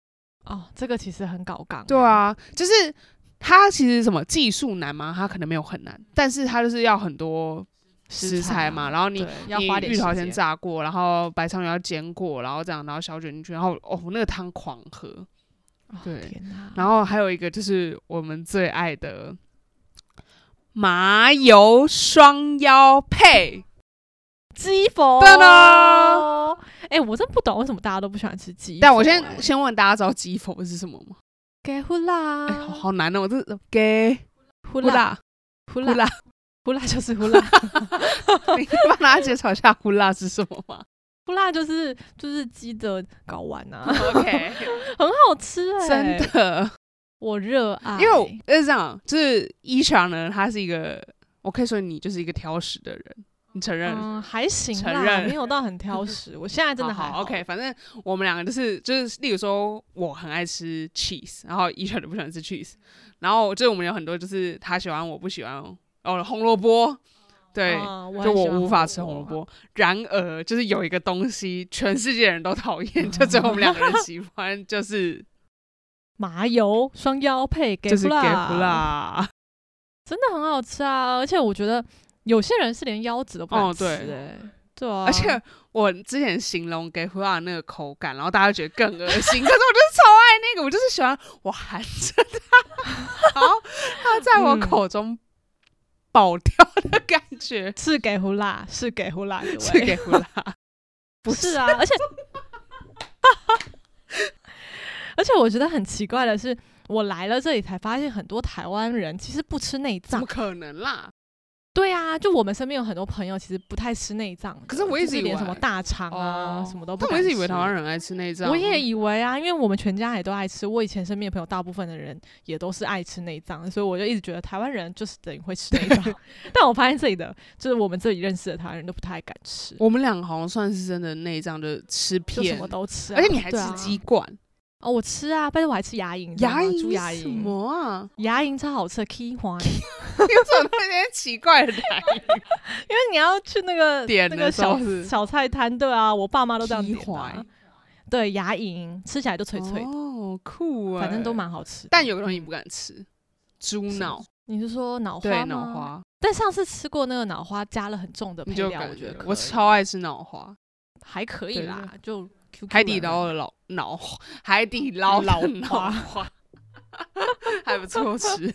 Speaker 2: 哦，这个其实很搞纲。
Speaker 1: 对，啊，就是它其实什么技术难吗？它可能没有很难，但是它就是要很多食材嘛，
Speaker 2: 啊
Speaker 1: 然后你
Speaker 2: 对要
Speaker 1: 你
Speaker 2: 花点
Speaker 1: 芋头
Speaker 2: 时
Speaker 1: 先
Speaker 2: 间，
Speaker 1: 炸过，然后白鲳鱼要煎过，然后这样，然后小卷进去，然后哦，那个汤狂喝。
Speaker 2: 哦
Speaker 1: 对
Speaker 2: 天哪，
Speaker 1: 然后还有一个就是我们最爱的麻油双腰配，
Speaker 2: 鸡佛，
Speaker 1: 噔噔
Speaker 2: 哎，我真不懂为什么大家都不喜欢吃鸡佛欸。
Speaker 1: 但我先先问大家知道鸡否是什么吗？
Speaker 2: 给呼啦，
Speaker 1: 哎、好好难哦，我这给
Speaker 2: 呼
Speaker 1: 呼
Speaker 2: 啦
Speaker 1: 啦
Speaker 2: 呼
Speaker 1: 呼
Speaker 2: 啦
Speaker 1: 啦，
Speaker 2: 呼啦就是呼啦，
Speaker 1: 你可以帮大家介绍一下呼啦是什么 吗
Speaker 2: 呼啦就是就是鸡的睾丸 啊，
Speaker 1: ？OK，
Speaker 2: 很好吃哎，
Speaker 1: 真，的，
Speaker 2: 我热爱，嗯
Speaker 1: 因为我就是这样，就是伊强呢，他是一个，我可以说你就是一个挑食的人，你承认？
Speaker 2: 嗯还行
Speaker 1: 承
Speaker 2: 啦，
Speaker 1: 认
Speaker 2: 没有到很挑食，我现在真的还
Speaker 1: 好好 OK，反正我们两个就是就是，例如说我很爱吃 cheese，然后伊全都不喜欢吃 cheese，然后就是我们有很多就是他喜欢我不喜欢哦红萝卜，对，
Speaker 2: 嗯
Speaker 1: 就
Speaker 2: 很
Speaker 1: 哦我
Speaker 2: 喜欢啊
Speaker 1: 无法吃红萝卜。然而就是有一个东西全世界人都讨 厌，就只有我们两个人喜欢，就是
Speaker 2: 麻油双腰配给
Speaker 1: 就是
Speaker 2: 呼
Speaker 1: 给
Speaker 2: 啦，
Speaker 1: 不辣。
Speaker 2: 真的很好吃啊！而且我觉得有些人是连腰子都不敢
Speaker 1: 哦
Speaker 2: 吃、
Speaker 1: 对
Speaker 2: 欸，对啊，
Speaker 1: 而且我之前形容给胡辣那个口感，然后大家觉得更恶心。可是我就是超爱那个，我就是喜欢我含着它，然后它在
Speaker 2: 嗯
Speaker 1: 我口中爆掉的感觉。
Speaker 2: 是给胡辣，是给 胡辣，各位
Speaker 1: 是给胡 辣，
Speaker 2: 不是啊， 而且而且我觉得很奇怪的是，我来了这里才发现很多台湾人其实不吃内
Speaker 1: 怎
Speaker 2: 脏
Speaker 1: 么。可能啦？
Speaker 2: 对啊，就我们身边有很多朋友其实不太吃内脏的，
Speaker 1: 可是我一直
Speaker 2: 就
Speaker 1: 以为
Speaker 2: 连什么大肠啊、
Speaker 1: 哦
Speaker 2: 什么都不
Speaker 1: 但
Speaker 2: 敢
Speaker 1: 我一
Speaker 2: 吃。
Speaker 1: 直以为台湾人爱吃内脏，
Speaker 2: 我也以为啊，因为我们全家也都爱吃。我以前身边的朋友，大部分的人也都是爱吃内脏，所以我就一直觉得台湾人就是等于会吃内脏。 但我发现这里的，就是我们这里认识的台湾人都不太敢吃，
Speaker 1: 我们两个好像算是真的内脏的吃
Speaker 2: 就什
Speaker 1: 遍
Speaker 2: 么，都吃、啊。
Speaker 1: 而且你还吃
Speaker 2: 对啊
Speaker 1: 鸡冠、
Speaker 2: 哦，我吃啊，但是我还吃牙龈，你知道吗
Speaker 1: 牙龈
Speaker 2: 猪牙
Speaker 1: 是什
Speaker 2: 龈，
Speaker 1: 么啊？
Speaker 2: 牙龈超好吃的 k 黄，因
Speaker 1: 有种特别奇怪的台语
Speaker 2: 为你要去那 个
Speaker 1: 点
Speaker 2: 那
Speaker 1: 的
Speaker 2: 个
Speaker 1: 时
Speaker 2: 小
Speaker 1: 候是
Speaker 2: 小菜摊，对啊，我爸妈都这样
Speaker 1: Key
Speaker 2: 点、啊
Speaker 1: 环。
Speaker 2: 对，牙龈吃起来都 脆脆的，
Speaker 1: 哦，酷啊，
Speaker 2: 反正都蛮好吃的。
Speaker 1: 但有个东西不敢吃，猪脑，
Speaker 2: 你是说脑花
Speaker 1: 对
Speaker 2: 吗？
Speaker 1: 脑花，
Speaker 2: 但上次吃过那个脑花，加了很重的配
Speaker 1: 你就
Speaker 2: 料，
Speaker 1: 感
Speaker 2: 我觉得可以
Speaker 1: 我超爱吃脑花，
Speaker 2: 还可以
Speaker 1: 对
Speaker 2: 啦，就 Q
Speaker 1: 海底捞的老脑花，海 底捞
Speaker 2: 老
Speaker 1: 的脑花， 还不错吃。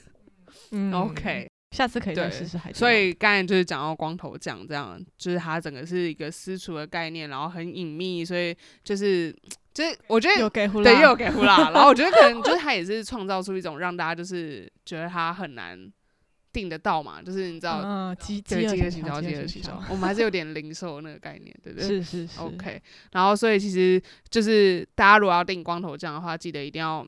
Speaker 2: 嗯
Speaker 1: OK，
Speaker 2: 下次可以再
Speaker 1: 对
Speaker 2: 试试海底捞。
Speaker 1: 所以刚才就是讲到光头酱这样，就是它整个是一个私厨的概念，然后很隐秘，所以就是就是我觉
Speaker 2: 有
Speaker 1: 得。
Speaker 2: 给胡
Speaker 1: 对，
Speaker 2: 辣
Speaker 1: 又给胡 辣，然后我觉得可能就是他也是创造出一种让大家就是觉得他很难定得到嘛，就是你知道
Speaker 2: 嗯，饥饥
Speaker 1: 对，
Speaker 2: 饿
Speaker 1: 饥饿
Speaker 2: 行
Speaker 1: 行销，饥
Speaker 2: 饥
Speaker 1: 饿
Speaker 2: 饿
Speaker 1: 行
Speaker 2: 行
Speaker 1: 销
Speaker 2: 销，，
Speaker 1: 我们还是有点零售那个概念， 对不对？
Speaker 2: 是是是
Speaker 1: OK，然后所以其实就是大家如果要订光头酱的话，记得一定要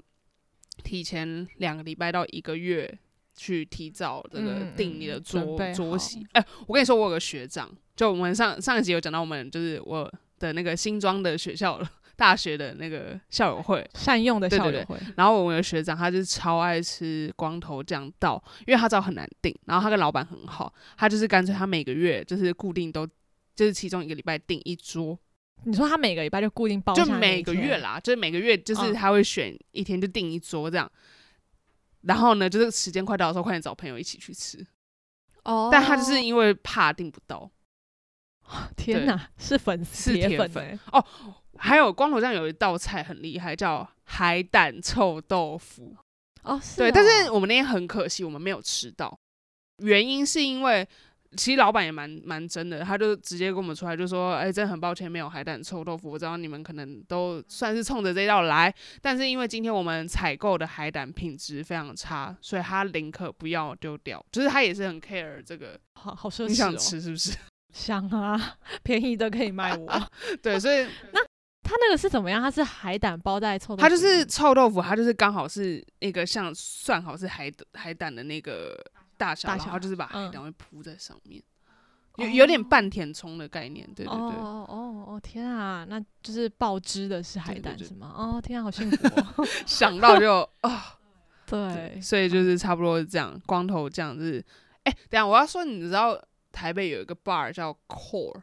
Speaker 1: 提前两个礼拜到一个月去提早这个
Speaker 2: 嗯
Speaker 1: 订你的
Speaker 2: 嗯准
Speaker 1: 桌、
Speaker 2: 备
Speaker 1: 桌
Speaker 2: 好
Speaker 1: 席。哎、我跟你说，我有个学长，就我们上上一集有讲到，我们就是我的那个新庄的学校大学的那个校友会，
Speaker 2: 善用的
Speaker 1: 对
Speaker 2: 校
Speaker 1: 对
Speaker 2: 友
Speaker 1: 对
Speaker 2: 会，
Speaker 1: 然后我有学长，他就是超爱吃光头酱到，因为他知道很难订，然后他跟老板很好，他就是干脆他每个月就是固定都，就是其中一个礼拜订一桌，
Speaker 2: 你说他每个礼拜就固定包
Speaker 1: 就
Speaker 2: 下那
Speaker 1: 每
Speaker 2: 一
Speaker 1: 个
Speaker 2: 天
Speaker 1: 月，啦，就是每个月就是
Speaker 2: 嗯
Speaker 1: 他会选一天就订一桌这样。然后呢，就是时间快到的时候，快点找朋友一起去吃。
Speaker 2: 哦，
Speaker 1: 但他就是因为怕订不到，
Speaker 2: 天
Speaker 1: 对
Speaker 2: 哪，是粉丝
Speaker 1: 是铁
Speaker 2: 粉
Speaker 1: 粉
Speaker 2: 欸
Speaker 1: 还有光头酱有一道菜很厉害，叫海胆臭豆腐。
Speaker 2: 哦，是
Speaker 1: 对，
Speaker 2: 哦
Speaker 1: 但是我们那天很可惜，我们没有吃到，原因是因为其实老板也蛮蛮真的，他就直接跟我们出来就说，哎、真的很抱歉没有海胆臭豆腐，我知道你们可能都算是冲着这一道来，但是因为今天我们采购的海胆品质非常差，所以他宁可不要丢掉，就是他也是很 care 这个，
Speaker 2: 好好奢侈哦，
Speaker 1: 你想吃是不是？
Speaker 2: 想啊， 便宜的可以卖我。
Speaker 1: 对，所以
Speaker 2: 他那个是怎么样？他是海胆包在臭豆腐里
Speaker 1: 它
Speaker 2: 面，
Speaker 1: 就是臭豆腐，它就是刚好是那个像算好是海海胆的那个大小，
Speaker 2: 大
Speaker 1: 然
Speaker 2: 小
Speaker 1: 后就是把海
Speaker 2: 嗯
Speaker 1: 胆会铺在上面，有
Speaker 2: 哦
Speaker 1: 有点半填充的概念，对对对。
Speaker 2: 哦哦哦哦！天啊，那就是爆汁的是海
Speaker 1: 对对
Speaker 2: 胆
Speaker 1: 对
Speaker 2: 是吗？哦，天啊，好幸福、 哦！
Speaker 1: 想到 就啊、
Speaker 2: 对，
Speaker 1: 所以就是差不多是这样，光头这样是，哎、等一下我要说，你知道台北有一个 bar 叫 Core，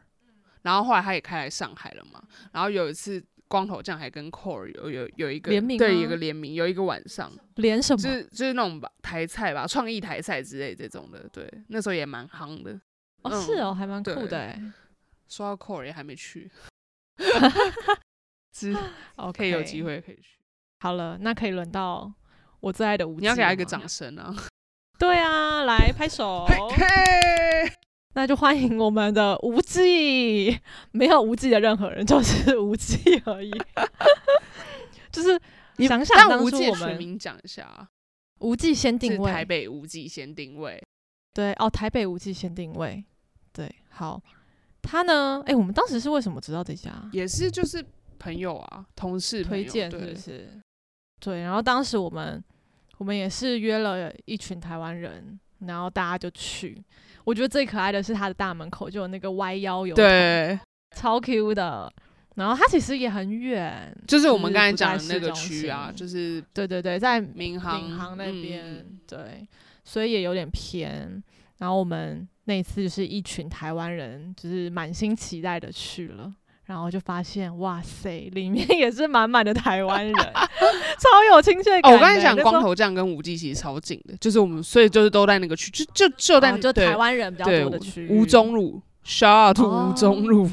Speaker 1: 然后后来他也开来上海了嘛，然后有一次。光头酱还跟 Core 有有有一个
Speaker 2: 联名
Speaker 1: 对，
Speaker 2: 吗
Speaker 1: 有一个联名，有一个晚上，
Speaker 2: 连什
Speaker 1: 就
Speaker 2: 么？
Speaker 1: 是就是那种吧台菜吧，创意台菜之类这种的，对，那时候也蛮夯的。
Speaker 2: 哦，
Speaker 1: 嗯
Speaker 2: 是哦，还蛮酷的
Speaker 1: 对
Speaker 2: 哎。
Speaker 1: 说到 core 也还没去，只
Speaker 2: 哦，
Speaker 1: 可以有机。会可以去。
Speaker 2: 好了，那可以轮到我最爱的舞。
Speaker 1: 你要给他一个 掌。声啊！
Speaker 2: 对啊，来 拍手。
Speaker 1: 嘿嘿，
Speaker 2: 那就欢迎我们的无忌，没有无忌的任何人，就是 无忌而已。就是
Speaker 1: 你
Speaker 2: 想想
Speaker 1: 让
Speaker 2: 当
Speaker 1: 无
Speaker 2: 初
Speaker 1: 忌
Speaker 2: 我
Speaker 1: 的全
Speaker 2: 们
Speaker 1: 名讲一下啊，
Speaker 2: 无忌先定
Speaker 1: 是
Speaker 2: 位，
Speaker 1: 台北无忌先定位，
Speaker 2: 对哦，台北无忌先定位，对，好，他呢，诶，我们当时是为什么知道这家
Speaker 1: 也是就是朋友啊，同事朋
Speaker 2: 推
Speaker 1: 友
Speaker 2: 荐是
Speaker 1: 对
Speaker 2: 不是？对，然后当时我们我们也是约了一群台湾人，然后大家就去。我觉得最可爱的是它的大门口就有那个歪腰油桶，
Speaker 1: 对，
Speaker 2: 超 Q 的。然后它其实也很远，
Speaker 1: 就是我们
Speaker 2: 就是
Speaker 1: 刚才
Speaker 2: 不在
Speaker 1: 讲的那
Speaker 2: 市
Speaker 1: 个
Speaker 2: 中
Speaker 1: 区啊，
Speaker 2: 心
Speaker 1: 就是
Speaker 2: 对对对，在
Speaker 1: 民航
Speaker 2: 领航那
Speaker 1: 嗯
Speaker 2: 边，
Speaker 1: 嗯
Speaker 2: 对，所以也有点偏。然后我们那一次就是一群台湾人，就是满心期待的去了，然后就发现哇塞，里面 也是满满的台湾人， 超有亲切感的。
Speaker 1: 哦，我刚才讲
Speaker 2: 那时
Speaker 1: 光
Speaker 2: 候
Speaker 1: 头酱跟五 G 其实超近的，就是我们所以就是都在那个区，就就就在、
Speaker 2: 哦就
Speaker 1: 对
Speaker 2: 台湾人比较
Speaker 1: 对
Speaker 2: 多的区域，
Speaker 1: 吴中路，shout out to 吴中路，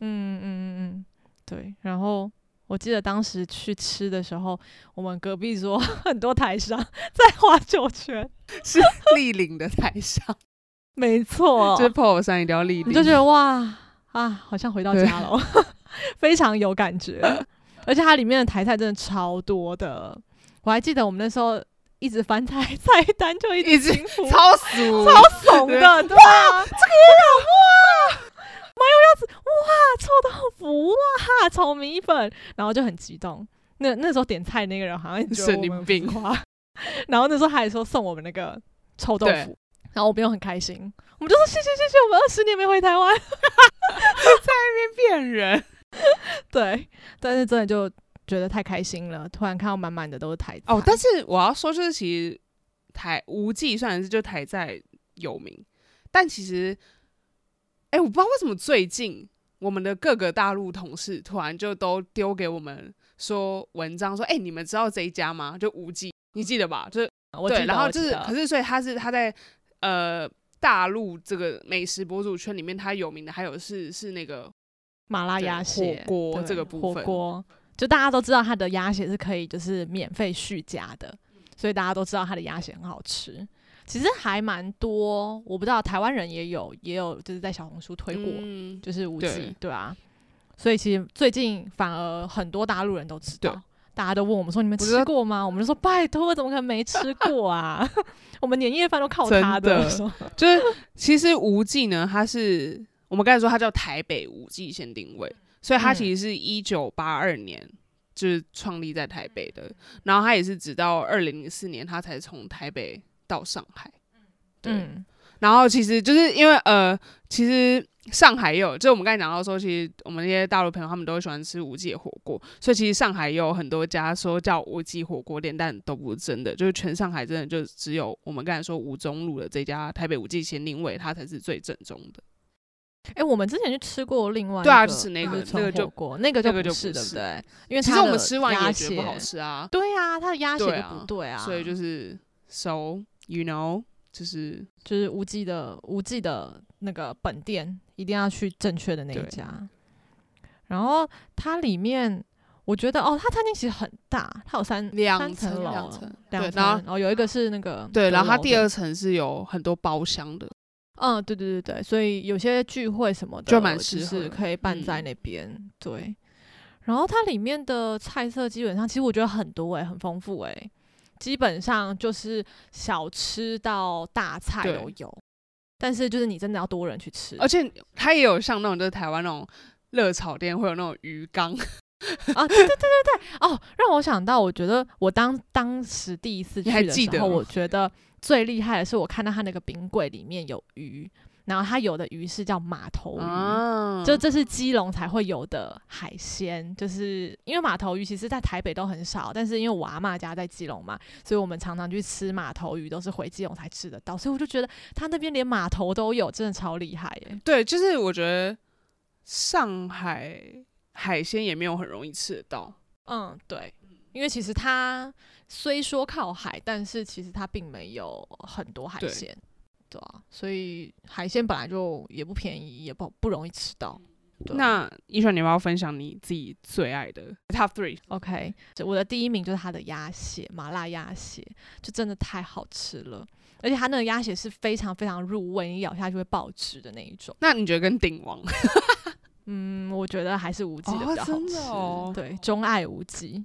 Speaker 2: 嗯嗯嗯嗯，对。然后我记得当时去吃的时候，我们隔壁桌 很多台商 在划酒圈，
Speaker 1: 是立领的台上，
Speaker 2: 没 错，
Speaker 1: 就是 PO 山一定要立领，
Speaker 2: 你就觉得哇啊，好像回到
Speaker 1: 对
Speaker 2: 家了 哦，非常有感觉。而且它里面的台菜真的超多的，我还记得我们那时候一直翻台菜单，就一
Speaker 1: 一
Speaker 2: 直
Speaker 1: 直
Speaker 2: 幸福
Speaker 1: 超俗，
Speaker 2: 超怂的，对啊，这个也有哇，麻油腰子哇，臭豆腐哇，炒米粉，然后就很激动。那那时候点菜那个人好像也觉得
Speaker 1: 神
Speaker 2: 我
Speaker 1: 经
Speaker 2: 们
Speaker 1: 病，
Speaker 2: 然后那时候他还说送我们那个臭豆
Speaker 1: 对
Speaker 2: 腐，然后我们又很开心，我们就说谢谢谢谢，我们二十年没回台湾，
Speaker 1: 骗人，
Speaker 2: 对，但是真的就觉得太开心了，突然看到满满的都是台菜
Speaker 1: 哦，但是我要说，就是其实台无忌虽然是就台在有名，但其实，哎、我不知道为什么最近我们的各个大陆同事突然就都丢给我们说文章说，哎、你们知道这一家吗？就无忌，你记得吧？就是
Speaker 2: 我记
Speaker 1: 对，
Speaker 2: 得
Speaker 1: 然后
Speaker 2: 我
Speaker 1: 就
Speaker 2: 记
Speaker 1: 是
Speaker 2: 得
Speaker 1: 可是所以他是他在呃大陆这个美食博主圈里面，他有名的还有是是那个
Speaker 2: 麻辣
Speaker 1: 对
Speaker 2: 鸭血
Speaker 1: 火锅
Speaker 2: 对
Speaker 1: 这个部
Speaker 2: 火
Speaker 1: 分
Speaker 2: 锅就大家都知道它的鸭血是可以就是免费续加的，所以大家都知道它的鸭血很好吃。其实还蛮多，我不知道台湾人也有也有就是在小红书推过，
Speaker 1: 嗯
Speaker 2: 就是无
Speaker 1: 对
Speaker 2: 忌对啊。所以其实最近反而很多大陆人都知
Speaker 1: 对
Speaker 2: 道，大家都问我们说你们
Speaker 1: 我觉得
Speaker 2: 吃过吗？我们就说拜托，怎么可能没吃过啊？ 我们年夜饭都靠
Speaker 1: 真
Speaker 2: 它
Speaker 1: 的
Speaker 2: 我说
Speaker 1: 就是其实无忌呢，它是我们刚才说它叫台北无忌限定位，所以它
Speaker 2: 嗯
Speaker 1: 其实是一九八二年就是创立在台北的，然后它也是直到二零零四年它才从台北到上海。对，
Speaker 2: 嗯，
Speaker 1: 然后其实就是因为呃，其实上海也有，就是我们刚才讲到说，其实我们那些大陆朋友他们都会喜欢吃无忌的火锅，所以其实上海也有很多家说叫无忌火锅店，但都不是真的，就是全上海真的就只有我们刚才说吴中路的这家台北无忌先定位，它才是最正宗的。
Speaker 2: 哎、我们之前去吃过另外
Speaker 1: 对啊
Speaker 2: 一
Speaker 1: 就是那
Speaker 2: 日
Speaker 1: 个
Speaker 2: 村
Speaker 1: 那个就
Speaker 2: 火锅，那个
Speaker 1: 那个
Speaker 2: 不
Speaker 1: 就是不
Speaker 2: 对不
Speaker 1: 是
Speaker 2: 对？因为
Speaker 1: 其
Speaker 2: 它
Speaker 1: 实我们
Speaker 2: 的
Speaker 1: 吃完
Speaker 2: 鸭
Speaker 1: 也觉得不
Speaker 2: 血
Speaker 1: 好，吃啊，
Speaker 2: 对啊，它的鸭血
Speaker 1: 对
Speaker 2: 就
Speaker 1: 啊
Speaker 2: 不对啊，
Speaker 1: 所以就是是 so you know 就是
Speaker 2: 就是无忌的无忌的那个本店一定要去正确的那一
Speaker 1: 对
Speaker 2: 家。然后它里面，我觉得哦，它餐厅其实很大，它有三
Speaker 1: 两
Speaker 2: 三
Speaker 1: 层
Speaker 2: 楼，
Speaker 1: 两层，对
Speaker 2: 两，层，
Speaker 1: 然后
Speaker 2: 然后有一个是那个
Speaker 1: 对，
Speaker 2: 阁
Speaker 1: 然后它
Speaker 2: 楼
Speaker 1: 第
Speaker 2: 的
Speaker 1: 二层是有很多包厢的，
Speaker 2: 嗯，对对对对，所以有些聚会什么的，
Speaker 1: 就蛮适合
Speaker 2: 是可以办在
Speaker 1: 嗯
Speaker 2: 那边。对，然后它里面的菜色基本上，其实我觉得很多欸诶、很丰富诶、基本上就是小吃到大菜
Speaker 1: 对哦
Speaker 2: 都有。但是就是你真的要多人去吃，
Speaker 1: 而且它也有像那种就是台湾那种热炒店会有那种鱼缸，
Speaker 2: 啊，对对对对对，哦，让我想到，我觉得我当当时第一次
Speaker 1: 你
Speaker 2: 去
Speaker 1: 还
Speaker 2: 的
Speaker 1: 记
Speaker 2: 时
Speaker 1: 得
Speaker 2: 候，
Speaker 1: 吗
Speaker 2: 我觉得最厉害的是我看到他那个冰柜里面有鱼，然后他有的鱼是叫马头鱼，
Speaker 1: 啊
Speaker 2: 就这是基隆才会有的海鲜，就是因为马头鱼其实在台北都很少，但是因为我阿嬷家在基隆嘛，所以我们常常去吃马头鱼，都是回基隆才吃得到，所以我就觉得他那边连码头都有，真的超厉害耶、
Speaker 1: 对，就是我觉得上海海鲜也没有很容易吃得到，
Speaker 2: 嗯，对，因为其实它虽说靠海，但是其实它并没有很多海
Speaker 1: 对
Speaker 2: 鲜。对啊，所以海鲜本来就也不便宜，也不不容易吃到。
Speaker 1: 嗯
Speaker 2: 对啊
Speaker 1: 那依璇，你要不要分享你自己最爱的 top three？
Speaker 2: OK，这我的第一名就是它的鸭血，麻辣鸭血，就真的太好吃了，而且它那个鸭血是非常非常入味，你咬下去会爆汁的那一种。
Speaker 1: 那你觉得跟鼎 王？
Speaker 2: 嗯，我觉得还是无极的
Speaker 1: 哦
Speaker 2: 比较好
Speaker 1: 真
Speaker 2: 吃，
Speaker 1: 的哦
Speaker 2: 对，钟爱无极，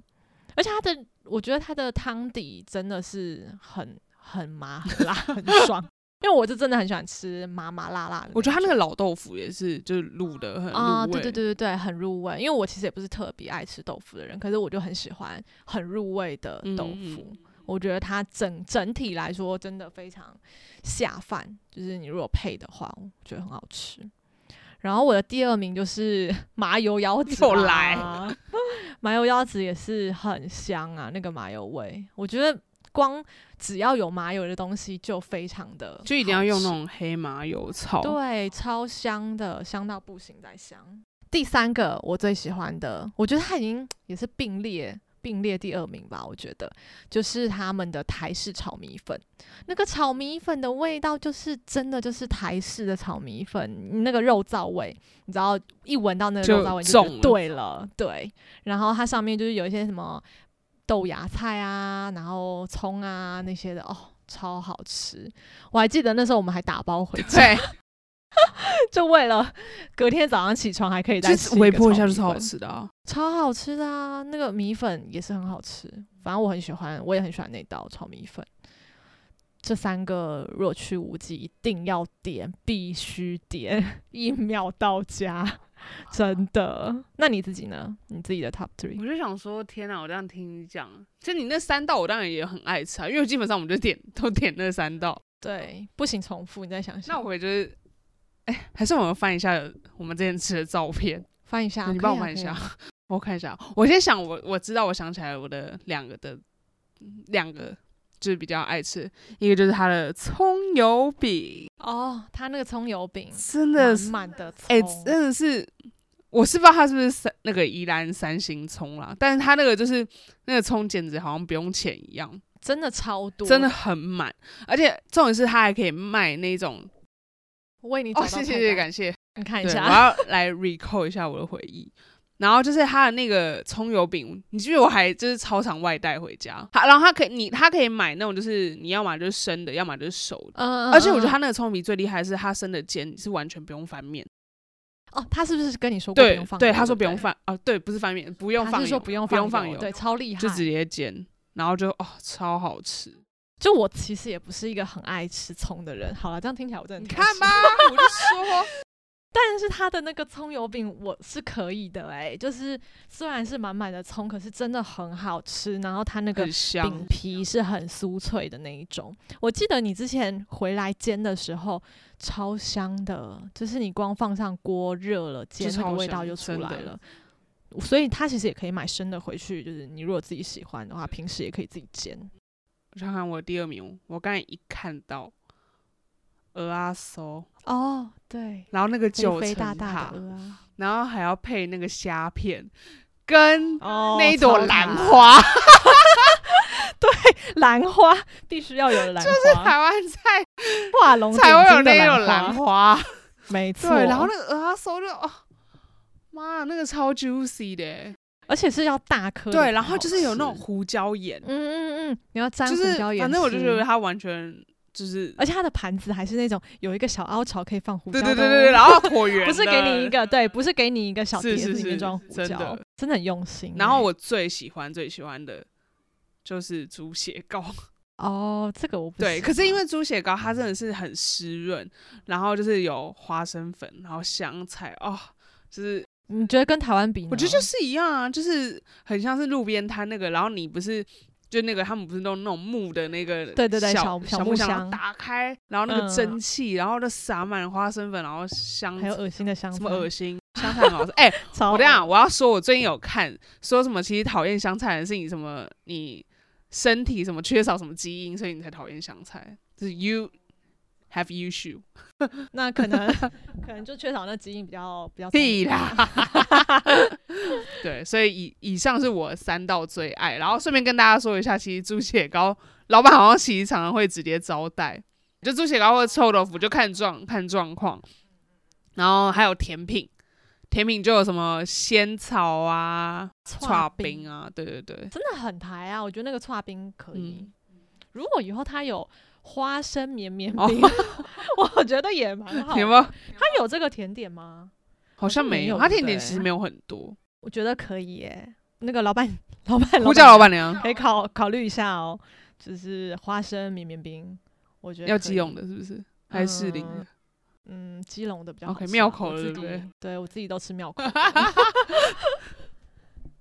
Speaker 2: 而且它的，我觉得它的汤底真的是很很麻很辣很爽， 因为我就真的很喜欢吃麻麻辣辣的种。
Speaker 1: 我觉得他那个老豆腐也是，就是卤的很入味。
Speaker 2: 啊、对对对对对，很入味。因为我其实也不是特别爱吃豆腐的人，可是我就很喜欢很入味的豆
Speaker 1: 嗯
Speaker 2: 腐。
Speaker 1: 嗯
Speaker 2: 我觉得它整整体来说真的非常下饭，就是你如果配的话，我觉得很好吃。然后我的第二名就是 麻油腰子
Speaker 1: 又
Speaker 2: 啦，
Speaker 1: 来
Speaker 2: 麻油腰子也是很香啊，那个麻油味，我觉得光只要有麻油的东西就非常的，
Speaker 1: 就一定要用那种黑麻油草。
Speaker 2: 对，超香的，香到不行再香。第三个我最喜欢的，我觉得它已经也是并列并列第二名吧，我觉得就是他们的台式炒米粉，那个炒米粉的味道就是真的就是台式的炒米粉，那个肉燥味，你知道一闻到那个
Speaker 1: 就
Speaker 2: 肉燥味你就
Speaker 1: 中
Speaker 2: 觉
Speaker 1: 了
Speaker 2: 得对了，对。然后它上面就是有一些什么豆芽菜啊，然后葱啊那些的，哦，超好吃。我还记得那时候我们还打包回家，
Speaker 1: 对，
Speaker 2: 就为了隔天早上起床还可以再
Speaker 1: 就
Speaker 2: 吃
Speaker 1: 是微波一下就
Speaker 2: 超
Speaker 1: 超好，吃的啊。
Speaker 2: 超好吃的啊！那个米粉也是很好吃，反正我很喜欢，我也很喜欢那道炒米粉。这三个若去无极一定要点，必须点，一秒到家，真的。那你自己呢？你自己的 top three？
Speaker 1: 我就想说，天哪！我这样听你讲，就你那三道，我当然也很爱吃啊，因为基本上我们就点都点那三道。
Speaker 2: 对，不行重复，你再想
Speaker 1: 那
Speaker 2: 想。
Speaker 1: 我也就是，哎、还是我们翻一下我们之前吃的照片，
Speaker 2: 翻一下，
Speaker 1: 你帮我
Speaker 2: 可
Speaker 1: 翻
Speaker 2: 以啊
Speaker 1: 一下，
Speaker 2: 可以啊
Speaker 1: 我看一下。我先想，我我知道，我想起来我的两个的嗯两个就是比较爱吃，一个就是它的葱油饼，
Speaker 2: 哦，他那个葱油饼，
Speaker 1: 真的
Speaker 2: 满
Speaker 1: 是，
Speaker 2: 满的葱，
Speaker 1: 哎、真的是。我是不知道它是不是三那个宜兰三星葱啦，但是它那个就是那个葱简直好像不用钱一样，
Speaker 2: 真的超多，
Speaker 1: 真的很满，而且重点是它还可以卖那种
Speaker 2: 为你找
Speaker 1: 哦，
Speaker 2: 到
Speaker 1: 谢谢
Speaker 2: 菜
Speaker 1: 谢谢，
Speaker 2: 单
Speaker 1: 感谢，
Speaker 2: 你看一
Speaker 1: 对，我
Speaker 2: 下，
Speaker 1: 要来 recall 一下我的回忆。然后就是它的那个葱油饼，你记不记得我还就是超常外带回家，它然后它可以你它可以买那种就是你要么就是生的，要么就是熟的。
Speaker 2: 嗯，
Speaker 1: 而且我觉得
Speaker 2: 嗯
Speaker 1: 它那个葱油饼最厉害的是它生的煎是完全不用翻面，
Speaker 2: 哦，他是不是跟你说过不
Speaker 1: 对
Speaker 2: 用放油？
Speaker 1: 对，
Speaker 2: 不
Speaker 1: 他说不用，翻啊，对，不是翻面，不用
Speaker 2: 他
Speaker 1: 放
Speaker 2: 是
Speaker 1: 油，
Speaker 2: 说不用
Speaker 1: 不用放
Speaker 2: 油，
Speaker 1: 油，
Speaker 2: 对，超厉害。
Speaker 1: 就直接煎，然后就哦超好吃，
Speaker 2: 就我其实也不是一个很爱吃葱的人，好了，这样听起来我真的
Speaker 1: 你
Speaker 2: 很开
Speaker 1: 看
Speaker 2: 心
Speaker 1: 吧，，我就说。
Speaker 2: 但是他的那个葱油饼我是可以的哎、就是虽然是满满的葱，可是真的很好吃，然后它 那个
Speaker 1: 很
Speaker 2: 饼
Speaker 1: 香，
Speaker 2: 皮是很酥脆的那一种。我记得你之前回来煎的时候超香的，就是你光放上锅热了煎，
Speaker 1: 就
Speaker 2: 那个
Speaker 1: 超
Speaker 2: 味道
Speaker 1: 香
Speaker 2: 就出
Speaker 1: 真的
Speaker 2: 来了。所以它其实也可以买生的回去，就是你如果自己喜欢的话，平时也可以自己煎。
Speaker 1: 我想看我第二名，我刚才一看到鹅阿酥，
Speaker 2: 哦，对，
Speaker 1: 然后那个九层
Speaker 2: 肥肥大大
Speaker 1: 塔
Speaker 2: 的，鹅啊，
Speaker 1: 然后还要配那个虾片，跟
Speaker 2: 哦
Speaker 1: 那一朵兰，
Speaker 2: 超
Speaker 1: 花，
Speaker 2: 辣 兰花必须要 有的兰花，
Speaker 1: 台湾菜
Speaker 2: 画龙
Speaker 1: 才会有
Speaker 2: 点睛的
Speaker 1: 那种兰
Speaker 2: 花，
Speaker 1: 花。
Speaker 2: 没错。
Speaker 1: 对，然后那个鹅阿酥就哦，妈，那个超 juicy 的欸，
Speaker 2: 而且是要大颗的才好吃，
Speaker 1: 对，然后就是有那种胡椒盐，
Speaker 2: 嗯嗯嗯，你要沾
Speaker 1: 就是
Speaker 2: 胡椒盐，
Speaker 1: 反正我就觉得。它完全就是，
Speaker 2: 而且它的盘子还是那种有一个小凹槽可以放胡椒
Speaker 1: 对
Speaker 2: 的
Speaker 1: 对
Speaker 2: 哦，
Speaker 1: 对对，对然后 椭圆
Speaker 2: 不是给你一
Speaker 1: 的
Speaker 2: 个，对，不是给你一个小碟
Speaker 1: 是
Speaker 2: 子
Speaker 1: 是
Speaker 2: 里面
Speaker 1: 是
Speaker 2: 装胡椒，
Speaker 1: 真的
Speaker 2: 真的很用心欸。
Speaker 1: 然后我最喜欢最喜欢的就是猪血 糕，
Speaker 2: 哦，这个我不
Speaker 1: 对，
Speaker 2: 喜
Speaker 1: 可是因
Speaker 2: 欢
Speaker 1: 为猪血糕它真的是很湿润，然后就是有花生粉，然后香菜，哦，就是
Speaker 2: 你嗯觉得跟台湾比呢，
Speaker 1: 我觉得就是一样啊，就是很像是路边摊那个，然后你不是。就那个，他们不是弄那种木的那个
Speaker 2: 对对对
Speaker 1: 小
Speaker 2: 小小
Speaker 1: 木
Speaker 2: 木
Speaker 1: 然后
Speaker 2: 箱
Speaker 1: 打开，然后那个
Speaker 2: 嗯
Speaker 1: 蒸汽，然后就撒满花生粉，然后香
Speaker 2: 还有恶心的香
Speaker 1: 什
Speaker 2: 氛，
Speaker 1: 么恶心香菜很好吃。 哎、
Speaker 2: 超
Speaker 1: 我这
Speaker 2: 恶
Speaker 1: 样，我要说，我最近有看说什么，其实讨厌香菜的是你什么，你身体什么缺少什么基因，所以你才讨厌香菜，就是 you have issue。
Speaker 2: 那可能 可能就缺少那基因比较比较聪
Speaker 1: 屁
Speaker 2: 明
Speaker 1: 啦！ 对，所以以以上是我三道最爱，然后顺便跟大家说一下，其实猪血糕老板好像其实常常会直接招待，就猪血糕或者臭豆腐，就看状看状况。然后还有甜品，甜品就有什么仙草啊、
Speaker 2: 串
Speaker 1: 刨冰啊，对对对，
Speaker 2: 真的很台啊！我觉得那个串冰可以。
Speaker 1: 嗯
Speaker 2: 如果以后它有花生绵绵
Speaker 1: 哦
Speaker 2: 冰， 我觉得也蛮好的。
Speaker 1: 有没有？
Speaker 2: 它有这个甜点吗？
Speaker 1: 好像没有，
Speaker 2: 好像没有
Speaker 1: 它甜点
Speaker 2: 对
Speaker 1: 其实没有很多。
Speaker 2: 我觉得可以耶。那个老板，老板，
Speaker 1: 呼叫老板娘
Speaker 2: 可以考考虑一下哦，就是花生绵绵冰，我觉得
Speaker 1: 要
Speaker 2: 可以
Speaker 1: 基隆，的，是不是？还是士林的？
Speaker 2: 嗯，基隆的比较好
Speaker 1: OK，
Speaker 2: 吃啊
Speaker 1: 庙口
Speaker 2: 我
Speaker 1: 的
Speaker 2: 自
Speaker 1: 对不
Speaker 2: 己
Speaker 1: 对？
Speaker 2: 对我自己都 吃庙口的。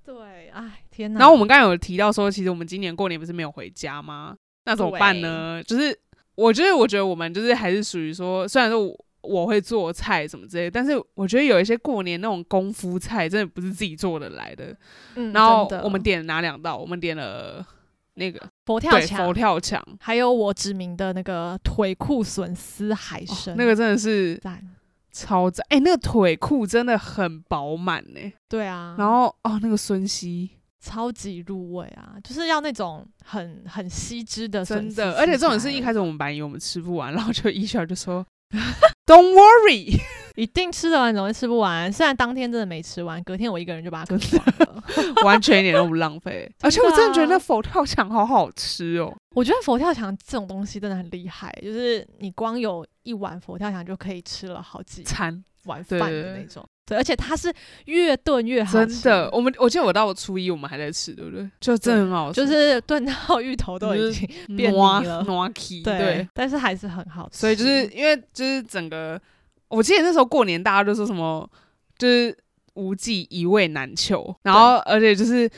Speaker 2: 对，哎，天哪！
Speaker 1: 然后我们刚刚有提到说，其实我们今年过年不是没有回家吗？那怎么办呢？就是我觉得，我觉得我们就是还是属于说，虽然说我我会做菜什么之类的，但是我觉得有一些过年那种功夫菜，真的不是自己做的来的。
Speaker 2: 嗯，
Speaker 1: 然后
Speaker 2: 真的
Speaker 1: 我们点了哪两道？我们点了那个
Speaker 2: 佛跳
Speaker 1: 对佛
Speaker 2: 墙，
Speaker 1: 跳墙、哦
Speaker 2: 还有我指名的那个腿库笋丝海
Speaker 1: 哦
Speaker 2: 参，
Speaker 1: 那个真的是
Speaker 2: 赞。
Speaker 1: 超赞！哎、那个腿裤真的很饱满呢。
Speaker 2: 对啊，
Speaker 1: 然后哦，那个孙熙
Speaker 2: 超级入味啊，就是要那种很很吸汁的笋
Speaker 1: 真
Speaker 2: 丝吃起来，
Speaker 1: 的，而且这种是一开始我们班以为我们吃不完，然后就一下就说 Don't worry。
Speaker 2: 一定吃得完，总会吃不完。虽然当天真的没吃完，隔天我一个人就把它吃完了。
Speaker 1: 完全一点都不浪费。
Speaker 2: 啊
Speaker 1: 而且我真的觉得那佛跳墙好好吃哦，
Speaker 2: 我觉得佛跳墙这种东西真的很厉害，就是你光有一碗佛跳墙就可以吃了好几
Speaker 1: 餐
Speaker 2: 碗
Speaker 1: 对
Speaker 2: 饭的那种。对，而且它是越炖越好
Speaker 1: 真
Speaker 2: 吃，
Speaker 1: 的。我们我记得我到初一我们还在吃，对不对？就真的很好
Speaker 2: 就
Speaker 1: 吃，嗯
Speaker 2: 是炖到芋头都已经变泥
Speaker 1: 糯
Speaker 2: 了
Speaker 1: 糯起
Speaker 2: 对
Speaker 1: 对。
Speaker 2: 但是还是很好吃。
Speaker 1: 所以就是因为就是整个，我记得那时候过年大家都说什么，就是无忌一味难求，然后而且就是。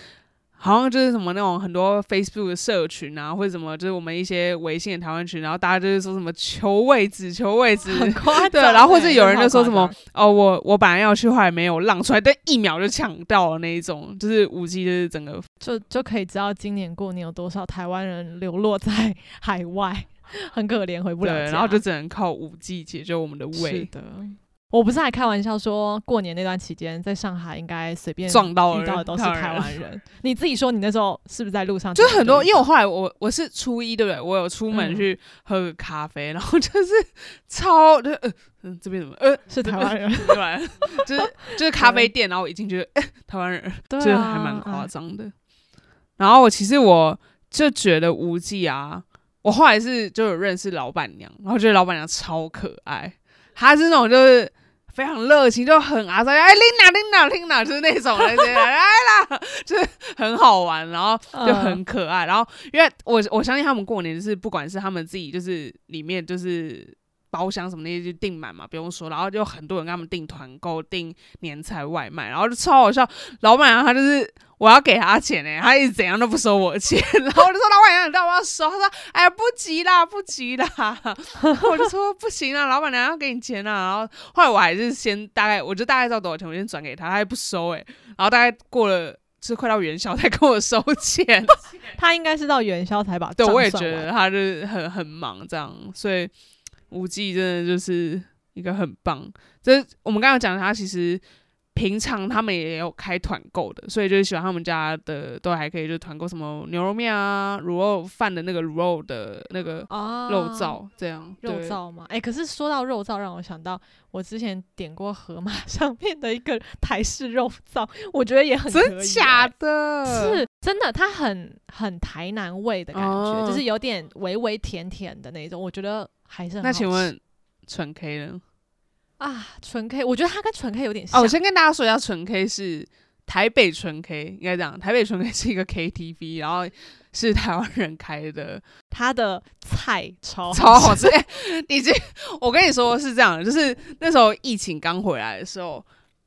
Speaker 1: 好像就是什么那种很多 Facebook 的社群啊，或者什么，就是我们一些微信的台湾群，然后大家就是说什么求位置，求位 置，
Speaker 2: 很夸张欸、
Speaker 1: 对，然后或者有人
Speaker 2: 真
Speaker 1: 就
Speaker 2: 的
Speaker 1: 说
Speaker 2: 好
Speaker 1: 什
Speaker 2: 夸
Speaker 1: 么
Speaker 2: 张
Speaker 1: 哦，我我本来要去，后来没有让出来，但一秒就抢到了那一种，就是五 G 就是整个
Speaker 2: 就就可以知道今年过年有多少台湾人流落在 海外，很可怜，回不
Speaker 1: 对，
Speaker 2: 了啊家。
Speaker 1: 然后就只能靠五 G 解救我们的
Speaker 2: 是
Speaker 1: 胃，
Speaker 2: 的。我不是还开玩笑说，过年那段期间在上海应该随便
Speaker 1: 撞到
Speaker 2: 遇到的
Speaker 1: 人
Speaker 2: 都是
Speaker 1: 当然
Speaker 2: 台湾人。你自己说，你那时候是不是在路上
Speaker 1: 就
Speaker 2: 真的遇
Speaker 1: 是
Speaker 2: 到？
Speaker 1: 很多，因为我后来我我是初一对不对？我有出
Speaker 2: 嗯
Speaker 1: 门去喝个咖啡，然后就是 超就呃嗯这边怎么呃
Speaker 2: 是台 湾人，
Speaker 1: 对吧？就是就是咖啡店，然后我一进去，哎、台湾人，
Speaker 2: 对、啊，
Speaker 1: 这还蛮夸张的。然后我其实我就觉得无忌啊，我后来是就有认识老板娘，然后觉得老板娘超可爱，她是那种就是。非常热情，就很阿扎，哎，琳娜，琳娜，琳娜，就是那种那些，来啦，就是很好玩，然后
Speaker 2: 嗯
Speaker 1: 就很可爱。然后，因为我我相信他们过年就是不管是他们自己，就是里面就是包厢什么那些就订满嘛，不用说。然后就很多人跟他们订团购、订年菜外卖，然后就超好笑。老板娘她就是。我要给她钱呢、她一直怎样都不收我钱， 然后我就说老板啊娘，你知道我要收，她说哎呀不急啦，不急啦， 我就说不行啊，老板娘要给你钱啊，然后后来我还是先大概，我就大概知道多少钱，我先转给她，她也不收哎、然后大概过了就是快到元宵才跟我收 钱，
Speaker 2: 他应该是到元宵才把
Speaker 1: 对，
Speaker 2: 账
Speaker 1: 我也觉
Speaker 2: 算完
Speaker 1: 得他就是很很忙这样，所以无忌真的就是一个很棒。这我们刚刚讲他其实平常他们也有开团购的，所以就是喜欢他们家的都还可以，就团购什么牛肉面啊、卤肉饭的那个卤肉的那个
Speaker 2: 啊
Speaker 1: 肉燥、这样。
Speaker 2: 肉
Speaker 1: 对，
Speaker 2: 燥嘛，哎、可是说到肉燥，让我想到我之前点过河马 上面的一个台式肉燥，我觉得也很可
Speaker 1: 真
Speaker 2: 以
Speaker 1: 假
Speaker 2: 欸
Speaker 1: 的？
Speaker 2: 是真的，它很很台南味的感觉，
Speaker 1: 哦
Speaker 2: 就是有点微微甜甜的那种，我觉得还是很
Speaker 1: 那
Speaker 2: 好吃
Speaker 1: 请问纯 K 呢？
Speaker 2: 啊，纯 K，我觉得它跟纯 K 有点像，
Speaker 1: 哦，我先跟大家说一下，纯 K 是台北纯 K，应该这样，台北纯 K 是一个 KTV，然后是台湾人开的，
Speaker 2: 它的菜超
Speaker 1: 超好
Speaker 2: 吃，
Speaker 1: 吃。欸、 你这，我跟你说是这样的，就是那时候疫情刚回来的时候，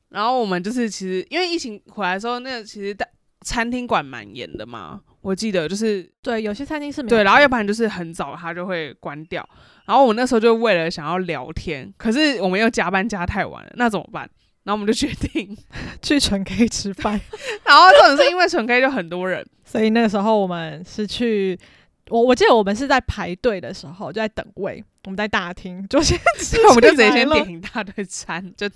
Speaker 1: 然后我们就是其实因为疫情回来的时候，那其实大餐厅管蛮严的嘛，我记得就是
Speaker 2: 对，有些餐厅是没有
Speaker 1: 对，然后
Speaker 2: 开
Speaker 1: 要不然就是很早它就会关掉。然后我那时候就为了想要聊天，可是我们又加班加太晚了，那怎么办？然后我们就决定，
Speaker 2: 去纯 K 吃饭，
Speaker 1: 然后这种是因为纯 K 就很多人，
Speaker 2: 所以那个时候我们是去，我我记得我们是在排队的时候就在等位，我们在大厅 就先 吃
Speaker 1: 对，我们就直接
Speaker 2: 起来
Speaker 1: 先
Speaker 2: 了
Speaker 1: 点一大堆餐，就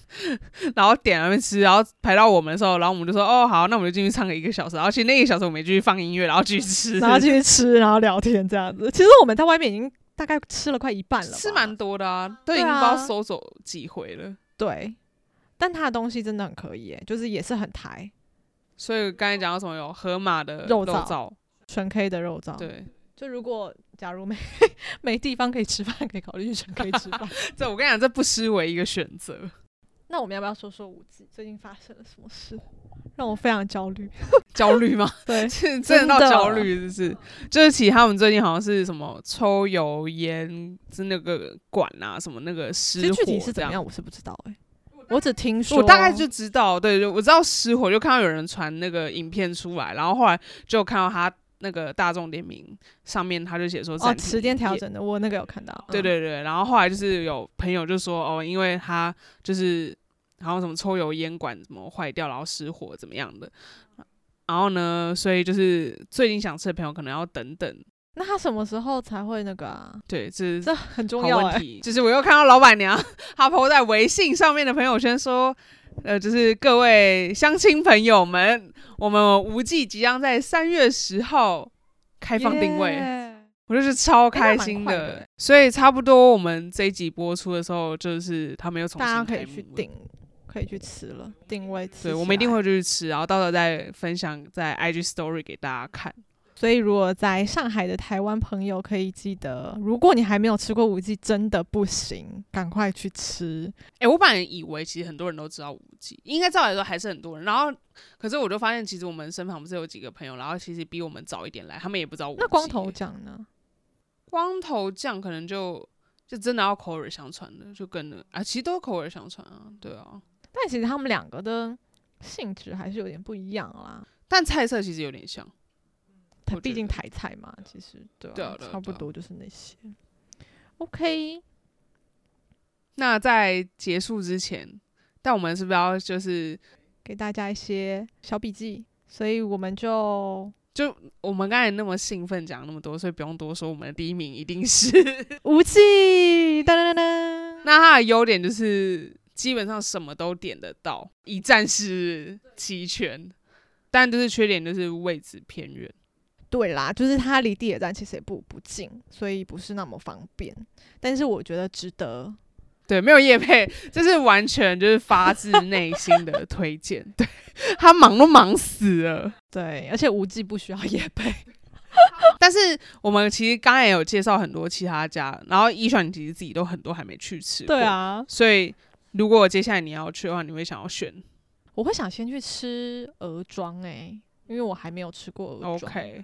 Speaker 1: 然后点了面吃，然后排到我们的时候，然后我们就说哦好，那我们就进去唱个一个小时，然后其实那一个小时我们也继续放音乐，然后继续吃，
Speaker 2: 然后继续吃，然后聊天这样子。其实我们在外面已经大概吃了快一半了吧，
Speaker 1: 吃蛮多的啊，都已
Speaker 2: 对
Speaker 1: 经不知道
Speaker 2: 啊
Speaker 1: 收走几回了。
Speaker 2: 对。但它的东西真的很可以耶，就是也是很台
Speaker 1: 所以刚才讲到什么有河马的
Speaker 2: 肉
Speaker 1: 肉
Speaker 2: 燥嗯
Speaker 1: 燥，
Speaker 2: 纯 K 的肉燥。，
Speaker 1: 对，
Speaker 2: 就如果假如没 没地方可以吃饭，可以考虑去纯 K 吃 饭。
Speaker 1: 这我跟你讲，这不失为一个选择。
Speaker 2: 那我们要不要说说五 G 最近发生了什么事，让我非常焦 虑？
Speaker 1: 焦虑吗？
Speaker 2: 对，
Speaker 1: 是真
Speaker 2: 真
Speaker 1: 的到
Speaker 2: 的
Speaker 1: 焦虑，就是就是，其实他们最近好像是什么抽油烟，是那个管啊，什么那个
Speaker 2: 其
Speaker 1: 失
Speaker 2: 实
Speaker 1: 火
Speaker 2: 具体是
Speaker 1: 这
Speaker 2: 怎么
Speaker 1: 样。
Speaker 2: 样，我是不知道哎、我只听说，
Speaker 1: 我大概就知道，对，就我知道失火，就看到有人传那个影片出来，然后后来就看到他那个大众点评上面他就写说
Speaker 2: 哦
Speaker 1: 暂停
Speaker 2: 时间
Speaker 1: 营
Speaker 2: 调
Speaker 1: 业
Speaker 2: 整的，我那个有看到。
Speaker 1: 对
Speaker 2: 嗯，
Speaker 1: 对对，然后后来就是有朋友就说哦，因为他就是然后什么抽油烟管怎么坏掉，然后失火怎么样的，然后呢，所以就是最近想吃的朋友可能要等等，
Speaker 2: 那他什么时候才会那个啊？
Speaker 1: 对，这是
Speaker 2: 这很重
Speaker 1: 好
Speaker 2: 要哎、
Speaker 1: 问题。就是我又看到老板娘她 po 在微信上面的朋友圈说。呃，就是各位乡亲朋友们，我们无忌即将在三月十号开放定位。
Speaker 2: 耶
Speaker 1: 我就是超
Speaker 2: 那
Speaker 1: 开
Speaker 2: 蛮
Speaker 1: 心
Speaker 2: 快
Speaker 1: 的，
Speaker 2: 的欸
Speaker 1: 所以差不多我们这一集播出的时候，就是他们又重
Speaker 2: 大家
Speaker 1: 新
Speaker 2: 可
Speaker 1: 开
Speaker 2: 以
Speaker 1: 幕
Speaker 2: 去
Speaker 1: 了，
Speaker 2: 定，可以去吃了，定位吃。
Speaker 1: 对，我们一定会。去吃，然后到时候再分享在 IG Story 给大家看。
Speaker 2: 所以，如果在上海的台湾朋友可以记得，如果你还没有吃过五 G，真的不行，赶快去吃。
Speaker 1: 诶，我本来以为其实很多人都知道五 G，应该照来说还是很多人，然后可是我就发现，其实我们身旁不是有几个朋友，然后其实比我们早一点来，他们也不知道五 G。
Speaker 2: 那光头酱呢？
Speaker 1: 光头酱可能就就真的要口耳相传的，就跟着啊，其实都口耳相传啊，对啊。
Speaker 2: 但其实他们两个的性质还是有点不一样啦。
Speaker 1: 但菜色其实有点像，
Speaker 2: 它
Speaker 1: 我
Speaker 2: 毕
Speaker 1: 觉
Speaker 2: 竟
Speaker 1: 得
Speaker 2: 台菜嘛，其实对吧、
Speaker 1: 对啊对啊
Speaker 2: 差不
Speaker 1: 对啊
Speaker 2: 多就是那些。OK，
Speaker 1: 那在结束之前，但我们是不是要就是
Speaker 2: 给大家一些小笔记，所以我们
Speaker 1: 嗯
Speaker 2: 就
Speaker 1: 就我们刚才那么兴奋讲那么多，所以不用多说，我们的第一名一定是。
Speaker 2: 无忌，噔噔噔噔。
Speaker 1: 那它的优点就是基本上什么都点得到，一站式齐全，但就是缺点就是位置偏远。
Speaker 2: 对啦，就是它离地铁站其实也不不近，所以不是那么方便。但是我觉得值得，
Speaker 1: 对，没有叶配，这是完全就是发自内心的推荐。对他忙都忙死了。
Speaker 2: 对，而且无忌不需要夜 配，
Speaker 1: 但是我们其实刚才也有介绍很多其他家，然后一选其实自己都很多还没去吃。
Speaker 2: 对，啊，
Speaker 1: 所以如果接下来你要去的话，你会想要选
Speaker 2: 我会想先去吃鹅庄哎、因为我还没有吃过鹅庄
Speaker 1: OK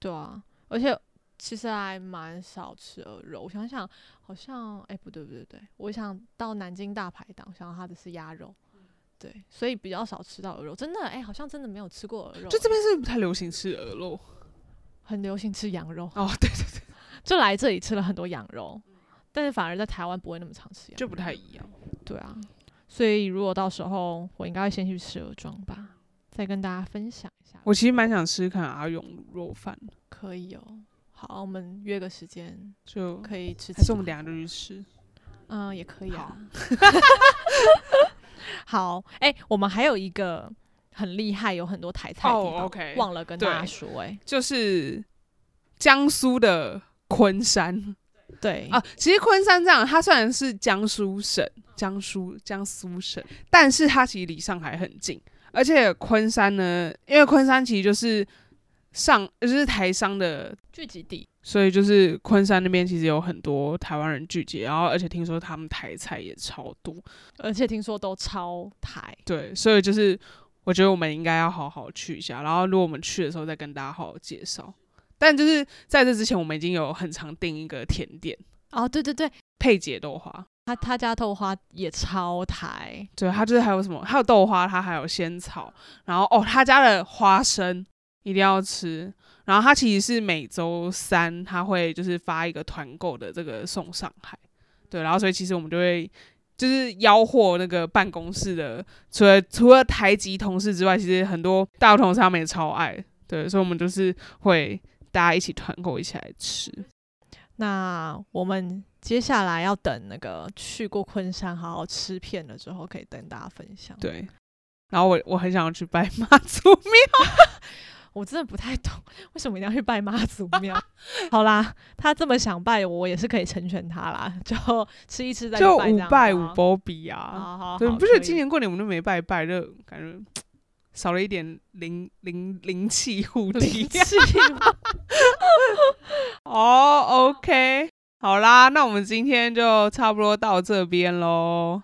Speaker 2: 对啊，而且其实还蛮少吃鹅肉。我想想，好像哎、不对不对不对，我想到南京大排档，我想到它的是鸭肉，
Speaker 1: 嗯
Speaker 2: 对，所以比较少吃到鹅肉。真的哎、好像真的没有吃过鹅肉、
Speaker 1: 就这
Speaker 2: 边
Speaker 1: 边是不太流行吃鹅肉
Speaker 2: 很流行吃羊肉，
Speaker 1: 哦，对，
Speaker 2: 就来这里吃了很多羊肉，但是反而在台湾不会那么常吃羊肉，
Speaker 1: 嗯就不太一样。
Speaker 2: 对啊。所以如果到时候我应该会先去吃鹅庄吧，再跟大家分享一下。
Speaker 1: 嗯我其实蛮想吃看阿勇卤肉饭，
Speaker 2: 可以哦，好，我们约个时间
Speaker 1: 就
Speaker 2: 可以吃
Speaker 1: 嗯还
Speaker 2: 鸡
Speaker 1: 是我们
Speaker 2: 排
Speaker 1: 等一下就去吃。
Speaker 2: 嗯，也可以
Speaker 1: 好
Speaker 2: 啊。好，哎、我们还有一个很厉害，有很多台菜的地
Speaker 1: 哦
Speaker 2: 方、
Speaker 1: ，OK
Speaker 2: 忘了跟大家
Speaker 1: 对
Speaker 2: 说、欸，
Speaker 1: 就是江苏的昆山
Speaker 2: 哎，对
Speaker 1: 啊，其实昆山这样，它虽然是江苏省，江苏江苏省，但是它其实离上海很近，而且昆山呢，因为昆山其实就是上就是台商的
Speaker 2: 聚集地，
Speaker 1: 所以就是昆山那边其实有很多台湾人聚集，然后而且听说他们台菜也超多，
Speaker 2: 而且听说都超台，
Speaker 1: 对，所以就是我觉得我们应该要好好去一下，然后如果我们去的时候再跟大家好好介绍。但就是在这之前，我们已经有很常订一个甜点
Speaker 2: 哦，对对对，
Speaker 1: 配解豆花，
Speaker 2: 他他家豆花也超台，
Speaker 1: 对，它就是还有什么，还有豆花，它还有仙草，然后哦，他家的花生一定要吃。然后它其实是每周三，它会就是发一个团购的这个送上海，对，然后所以其实我们就会就是吆喝那个办公室的，除了除了台籍同事之外，其实很多大陆同事他们也超爱，对，所以我们就是会大家一起团购一起来吃。
Speaker 2: 那我们接下来要等那个去过昆山好好吃遍了之后，可以跟大家分享。，
Speaker 1: 对，然后我我很想要去拜妈祖庙，
Speaker 2: 我我真的不太懂为什么一定要去拜妈祖庙。 好啦，他这么想拜我，我也是可以成全他啦，就吃一吃再去
Speaker 1: 就
Speaker 2: 拜这
Speaker 1: 五
Speaker 2: 样
Speaker 1: 拜
Speaker 2: 好
Speaker 1: 五
Speaker 2: 啊
Speaker 1: 波比
Speaker 2: 好
Speaker 1: 啊，
Speaker 2: 好好，
Speaker 1: 对，你不觉
Speaker 2: 可
Speaker 1: 得
Speaker 2: 以
Speaker 1: 今年过年我们都没拜拜，就感觉少了一点灵灵灵气护体
Speaker 2: 灵。气 吗
Speaker 1: 哦，OK，好啦，那我们今天就差不多到这边喽。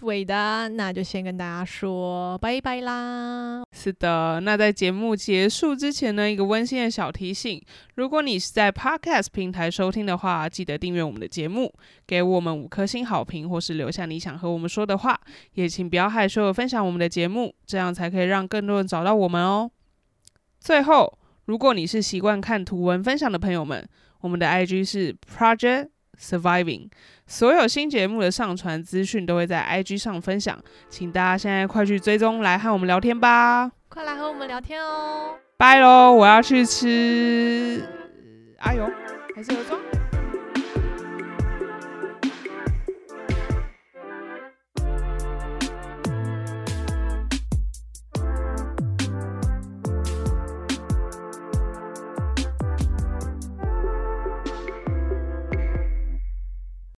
Speaker 2: 对的，啊那就先跟大家说拜拜啦。
Speaker 1: 是的，那在节目结束之前呢，一个温馨的小提醒：如果你是在 Podcast 平台收听的话，记得订阅我们的节目，给我们五颗星好评，或是留下你想和我们说的话，也请不要害羞的分享我们的节目，这样才可以让更多人找到我们哦。最后，如果你是习惯看图文分享的朋友们，我们的 IG 是 Project Surviving，所有新节目的上传资讯都会在 IG 上分享，请大家现在快去追踪来和我们聊天吧。
Speaker 2: 快来和我们聊天哦。
Speaker 1: 哎拜喽！我要去吃阿尤还是盒装？